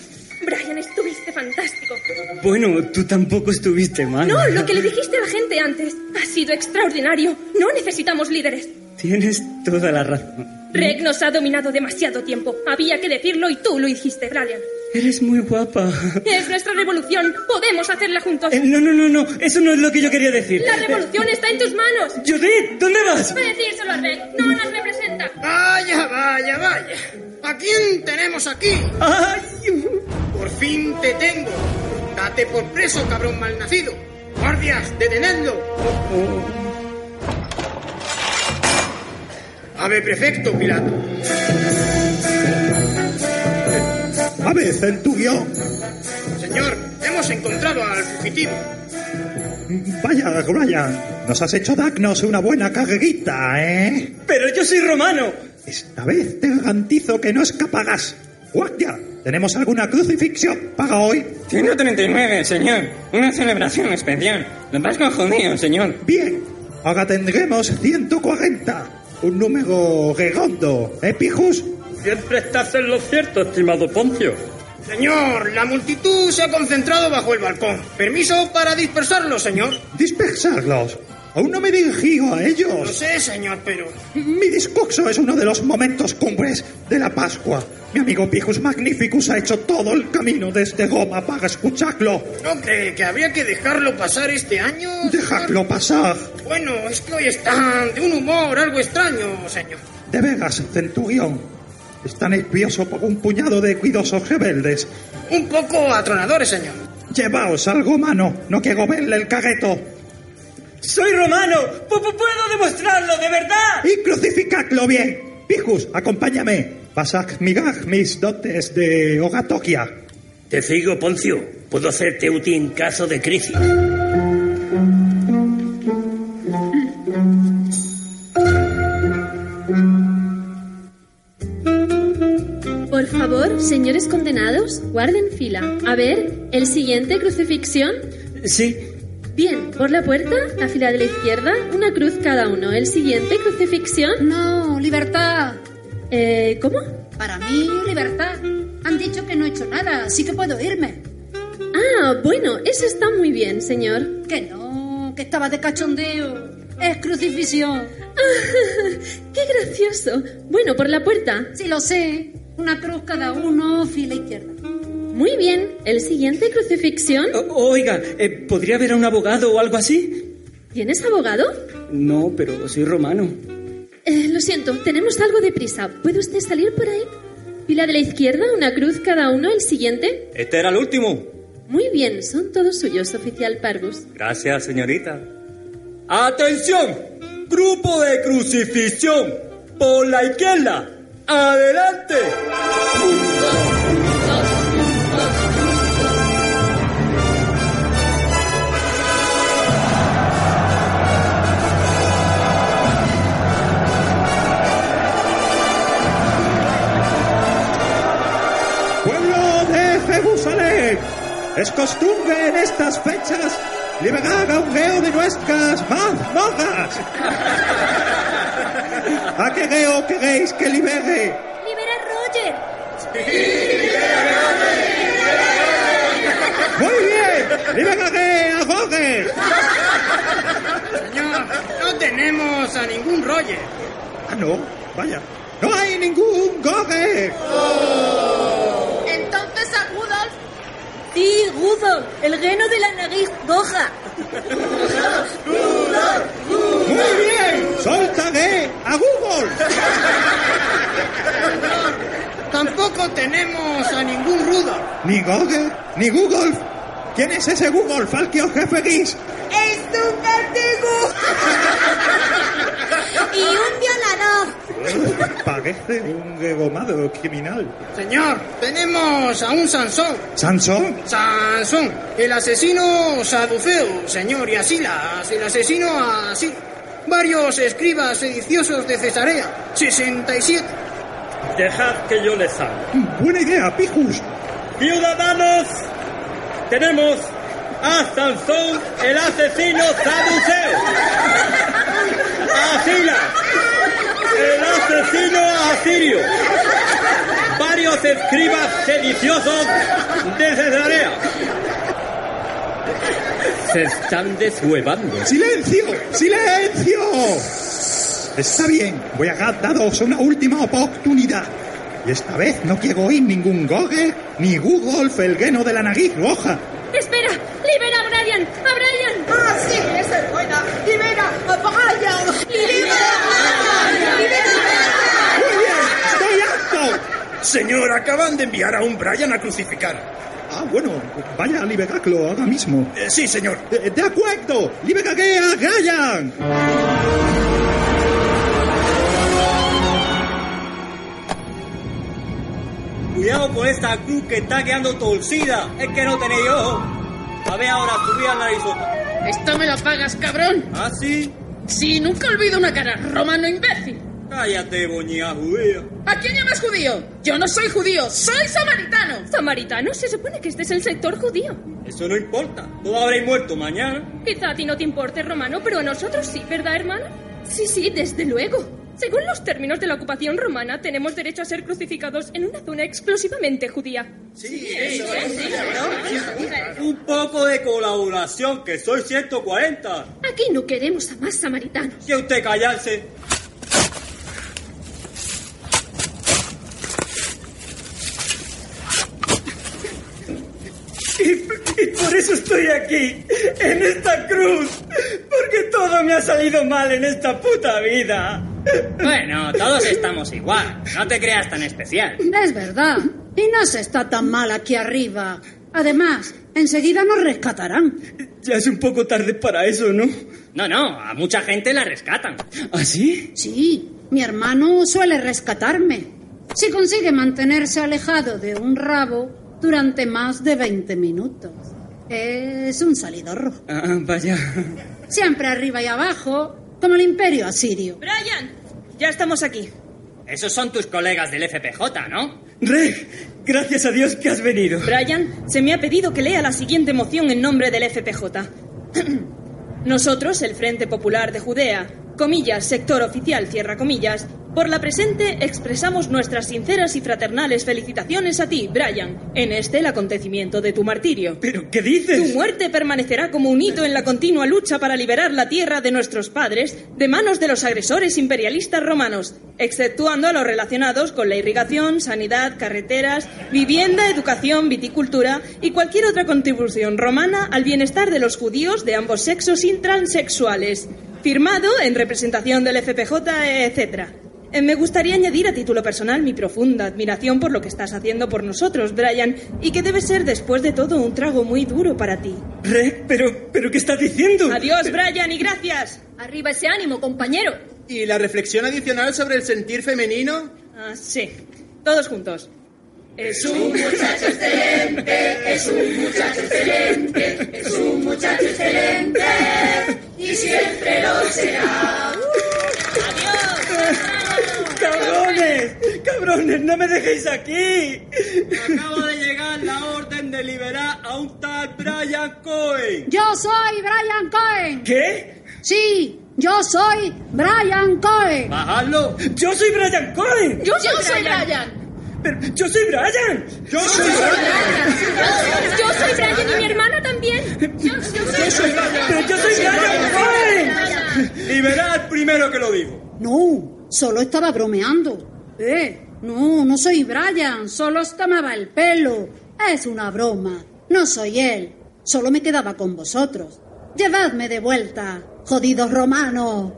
S19: Brian, estuviste fantástico.
S16: Bueno, tú tampoco estuviste mal.
S19: No, lo que le dijiste a la gente antes ha sido extraordinario. No necesitamos líderes.
S16: Tienes toda la razón.
S19: Reg nos ha dominado demasiado tiempo. Había que decirlo y tú lo dijiste, Brian.
S16: Eres muy guapa.
S19: Es nuestra revolución. Podemos hacerla juntos.
S16: Eh, no, no, no, no. Eso no es lo que yo quería decir.
S19: La revolución está en tus manos.
S16: Judith, ¿dónde vas?
S19: Voy a decírselo a Reg. No nos representa.
S18: Vaya, vaya, vaya. ¿A quién tenemos aquí? Por fin te tengo. Date por preso, cabrón malnacido. Guardias, detenedlo. Ave prefecto, Pilato.
S4: A ver, Centurión.
S18: Señor, hemos encontrado al fugitivo.
S4: Vaya, Brian, nos has hecho darnos una buena carguita, ¿eh?
S16: Pero yo soy romano.
S4: Esta vez te garantizo que no escaparás. Guardia, ¿tenemos alguna crucifixión para hoy?
S6: 139, señor. Una celebración especial. La Pascua judío, señor.
S4: Bien, ahora tendremos 140. Un número redondo, ¿eh, pijus?
S24: Siempre estás en lo cierto, estimado Poncio.
S18: Señor, la multitud se ha concentrado bajo el balcón. Permiso para dispersarlo, señor.
S4: Dispersarlos. Aún no me he dirigido
S18: No
S4: a ellos.
S18: sé, señor, pero
S4: Mi discurso es uno de los momentos cumbres de la Pascua. Mi amigo Pijus Magnificus ha hecho todo el camino desde Goma para escucharlo.
S18: ¿no cree que habría que dejarlo pasar este año?
S4: Dejadlo pasar.
S18: Bueno, es que hoy están de un humor algo extraño, señor.
S4: De veras, Centurión. Está nervioso por un puñado de cuidosos rebeldes.
S18: Un poco atronadores, señor.
S4: Llevaos algo mano, no quiero verle el cagueto.
S16: ¡Soy romano! ¡Pu- pu- ¡Puedo demostrarlo, de verdad!
S4: Y crucificadlo bien. Pijus, acompáñame. Vas a mirar mis dotes de Ogatokia.
S25: Te sigo, Poncio. Puedo hacerte útil en caso de crisis.
S19: señores condenados, guarden fila. A ver, ¿el siguiente crucifixión?
S9: Sí,
S19: Bien, por la puerta, la fila de la izquierda, una cruz cada uno. ¿El siguiente crucifixión?
S21: No, libertad.
S19: Eh, ¿cómo?
S21: Para mí, libertad. Han dicho que no he hecho nada, así que puedo irme.
S19: Ah, bueno, eso está muy bien, señor.
S21: Que no, que estaba de cachondeo. Es crucifixión.
S19: ¡Qué gracioso! Bueno, por la puerta.
S21: Sí, lo sé. Una cruz cada uno, fila izquierda.
S19: Muy bien, ¿el siguiente crucifixión?
S21: Oh.
S9: O- oiga, eh, ¿podría haber a un abogado o algo así?
S19: ¿Tienes abogado?
S9: No, pero soy romano.
S19: Eh, lo siento, tenemos algo de prisa. ¿Puede usted salir por ahí? Fila de la izquierda, una cruz cada uno, el siguiente.
S16: Este era el último.
S19: Muy bien, son todos suyos, oficial Parvus.
S16: Gracias, señorita. ¡Atención! Grupo de crucifixión. Por la izquierda. ¡Adelante!
S4: ¡Pueblo de Jerusalén! Es costumbre en estas fechas liberar a un geo de nuestras mazmorras. ¿A qué geo queréis que libere?
S15: ¡Libera a Roger!
S4: ¡Muy bien! ¡Liberaré a Roger!
S18: Señor, no tenemos a ningún Roger.
S4: Ah, no, vaya. ¡No hay ningún Roger!
S21: Entonces a Rudolf.
S26: Sí, Rudolf, el reno de la nariz roja.
S4: ¡Muy bien! ¡Soltaré a Google!
S18: Tampoco tenemos a ningún Rudo.
S4: Ni Roger, ni Google. ¿Quién es ese Google al que os referís?
S15: ¡Es un vertigo! ¡Y un violador!
S4: Parece un regomado criminal.
S18: Señor, tenemos a un Sansón.
S4: ¿Sansón?
S18: Sansón, el asesino Saduceo, señor, y a Silas, el asesino a Sil- Varios escribas sediciosos de Cesarea, 67.
S9: Dejad que yo les hable.
S4: Buena idea, Pijus.
S9: Ciudadanos, tenemos a Sansón, el asesino saduceo. A Sila, el asesino asirio. Varios escribas sediciosos de Cesarea. Se están deshuevando.
S4: ¡Silencio! ¡Silencio! Está bien, voy a daros una última oportunidad. Y esta vez no quiero oír ningún Gogue ni Google felgueno de la nariz roja.
S19: ¡Espera! ¡Libera a Brian! ¡A Brian!
S26: ¡Ah, sí! ¡Esa es buena! ¡Libera a Brian! ¡Libera a Brian!
S4: ¡Estoy harto!
S27: Señor, acaban de enviar a un Brian a crucificar.
S4: Ah, bueno, vaya a liberarlo ahora mismo.
S27: Eh, sí, señor.
S4: Eh, ¡De acuerdo! ¡Liberaré a Ryan!
S16: Cuidado con esta cruz que está quedando torcida. Es que no tenéis ojo. A ver ahora, subí al narizota.
S21: Esta me la pagas, cabrón.
S16: ¿Ah, sí?
S21: Sí, nunca olvido una cara. Romano imbécil.
S16: Cállate, boñía judía.
S21: ¿A quién llamas judío? Yo no soy judío, soy samaritano.
S22: Samaritano, se supone que este es el sector judío.
S16: Eso no importa. Todos habréis muerto mañana.
S22: Quizá a ti no te importe, romano, pero a nosotros sí, ¿verdad, hermana? Sí, sí, desde luego. Según los términos de la ocupación romana, tenemos derecho a ser crucificados en una zona exclusivamente judía.
S16: Sí, eso, Un poco de colaboración, que soy 140.
S22: Aquí no queremos a más samaritanos.
S16: Que usted callarse.
S28: Y por eso estoy aquí, en esta cruz, porque todo me ha salido mal en esta puta vida.
S10: Bueno, todos estamos igual. No te creas tan especial.
S12: Es verdad. Y no se está tan mal aquí arriba. Además, enseguida nos rescatarán.
S28: Ya es un poco tarde para eso, ¿no?
S10: No, no, a mucha gente la rescatan.
S28: ¿Ah, sí?
S12: Sí, mi hermano suele rescatarme. Si consigue mantenerse alejado de un rabo durante más de 20 minutos. Es un salidorro.
S9: Ah, vaya.
S12: Siempre arriba y abajo, como el imperio asirio.
S22: Brian, ya estamos aquí.
S10: Esos son tus colegas del FPJ, ¿no?
S16: Reg, gracias a Dios que has venido.
S22: Brian, se me ha pedido que lea la siguiente moción en nombre del FPJ. Nosotros, el Frente Popular de Judea, comillas, sector oficial, cierra comillas, por la presente expresamos nuestras sinceras y fraternales felicitaciones a ti, Brian, en este el acontecimiento de tu martirio.
S16: ¿Pero qué dices?
S22: Tu muerte permanecerá como un hito en la continua lucha para liberar la tierra de nuestros padres de manos de los agresores imperialistas romanos, exceptuando a los relacionados con la irrigación, sanidad, carreteras, vivienda, educación, viticultura y cualquier otra contribución romana al bienestar de los judíos de ambos sexos y transexuales. Firmado en representación del FPJ, etcétera. Eh, Me gustaría añadir a título personal mi profunda admiración por lo que estás haciendo por nosotros, Brian, y que debe ser después de todo un trago muy duro para ti.
S16: Reg, pero, pero ¿qué estás diciendo?
S22: Adiós, Brian, y gracias.
S19: Arriba ese ánimo, compañero.
S29: ¿Y la reflexión adicional sobre el sentir femenino?
S22: Ah, sí. Todos juntos.
S21: Es un muchacho excelente, es un muchacho excelente, es un muchacho excelente y siempre lo será.
S16: ¡Cabrones! ¡Cabrones! ¡No me dejéis aquí!
S30: Acaba de llegar la orden de liberar a un tal Brian Cohen.
S12: Yo soy Brian Cohen.
S16: ¿Qué?
S12: Sí, yo soy Brian Cohen.
S30: ¡Bajadlo!
S16: ¡Yo soy Brian Cohen!
S19: ¡Yo soy, yo soy Brian. Brian.
S16: Pero, ¡Yo soy Brian!
S30: ¡Yo soy Brian!
S19: ¡Yo soy Brian y mi hermana también! ¡Yo, yo, soy,
S16: yo soy Brian! ¡Pero yo soy Brian
S30: Cohen! ¡Liberad primero que lo digo!
S12: ¡No! Solo estaba bromeando. Eh, no, no soy Brian, solo estamaba el pelo. Es una broma. No soy él. Solo me quedaba con vosotros. Llevadme de vuelta, jodidos romanos.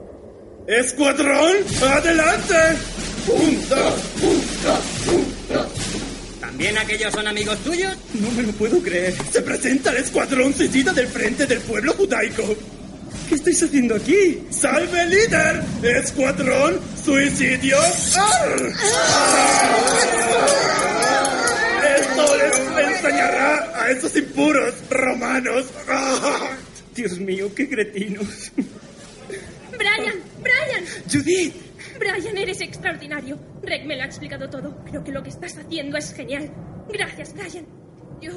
S9: ¡Escuadrón, adelante!
S21: ¡Punto, punto, punto!
S10: ¿También aquellos son amigos tuyos?
S9: No me lo puedo creer. Se presenta el escuadrón suicida del frente del pueblo judaico.
S16: ¿Qué estáis haciendo aquí?
S9: ¡Salve líder! ¡Escuadrón! ¡Suicidio! ¡Ar! ¡Esto les enseñará a esos impuros romanos!
S30: Ah.
S16: Dios mío, qué cretinos.
S19: ¡Brian! ¡Brian!
S16: ¡Judith!
S19: Brian, eres extraordinario. Reg me lo ha explicado todo. Creo que lo que estás haciendo es genial. Gracias, Brian. Yo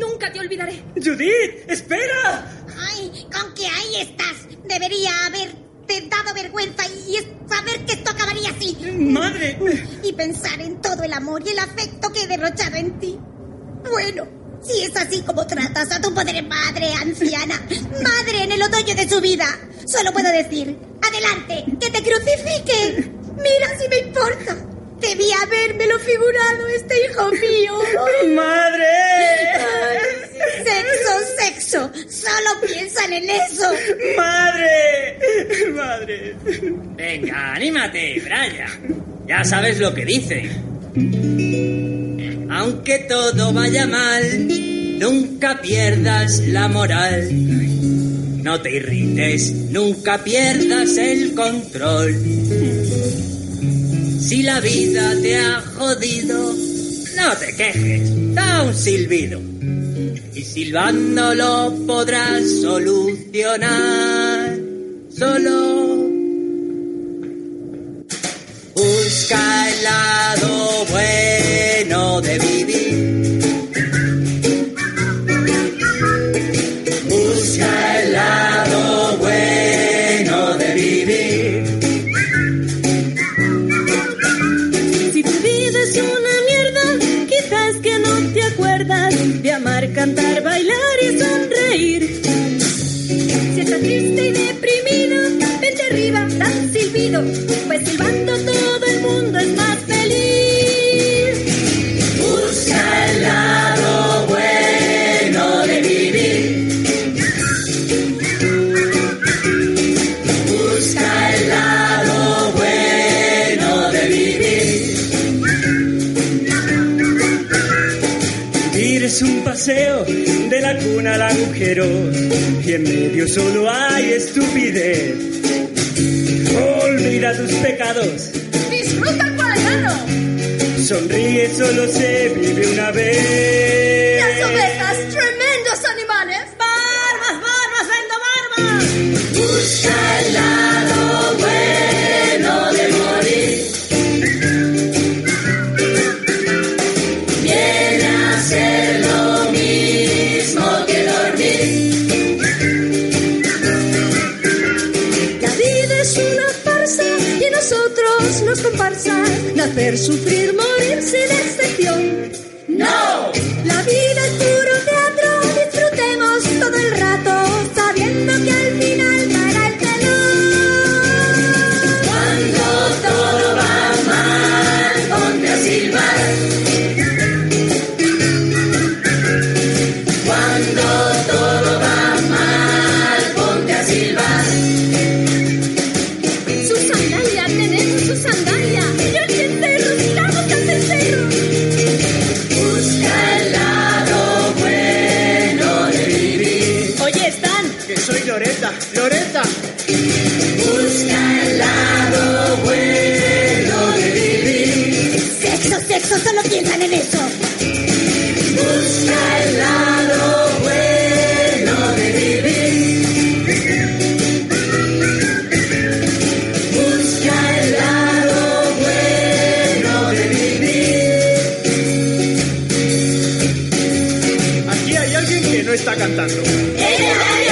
S19: Nunca te olvidaré.
S16: ¡Judith! ¡Espera!
S14: ¡Ay! ¡Con que ahí estás! Debería haberte dado vergüenza y saber que esto acabaría así.
S16: ¡Madre!
S14: Y pensar en todo el amor y el afecto que he derrochado en ti. Bueno, si es así como tratas a tu pobre madre anciana, madre en el otoño de su vida, solo puedo decir: ¡Adelante! ¡Que te crucifiquen! ¡Mira si me importa! Debía habérmelo figurado este hijo mío.
S16: ¡Madre!
S14: Sexo, sexo. Solo piensan en eso.
S16: ¡Madre! ¡Madre!
S10: Venga, anímate, Brian. Ya sabes lo que dice. Aunque todo vaya mal, nunca pierdas la moral. No te irrites, nunca pierdas el control. Si la vida te ha jodido, no te quejes, da un silbido. Y silbando lo podrás solucionar solo. Busca el lado bueno de vivir. Busca el lado bueno de vivir.
S22: de amar, cantar, bailar y sonreír.
S19: Si estás triste y deprimido, vente arriba, da un silbido, pues silbando todo el mundo es más feliz.
S21: Busca el lado bueno de vivir. Busca el lado bueno de vivir.
S16: es un paseo de la cuna al agujero y en medio solo hay estupidez. Olvida tus pecados.
S19: Disfruta el guardiano.
S16: Sonríe, solo se vive una vez.
S19: Las ovejas, tremendos animales.
S11: Barbas, barbas, vendo barbas.
S21: Busca el lado bueno de morir.
S11: hacer sufrir, morirse de este excepción.
S21: ¡No!
S11: La vida es puro teatro, disfrutemos todo el rato, sabiendo que al final caerá el telón.
S21: Cuando todo va mal, ponte a silbar. Cuando todo va mal, ponte a silbar.
S19: ¡Su sandalia! ¡Tenemos su sandalia! ¡Mira el cencerro! ¡Miramos al cencerro!
S21: Busca el lado bueno de vivir.
S31: Oye, Stan.
S32: Que soy Loreta. Loreta.
S21: Busca el lado bueno de vivir.
S14: Sexo, sexo, solo piensan en eso.
S21: Busca el lado bueno de vivir. Busca el lado bueno de vivir.
S9: Aquí hay alguien que no está cantando. ¿Ella?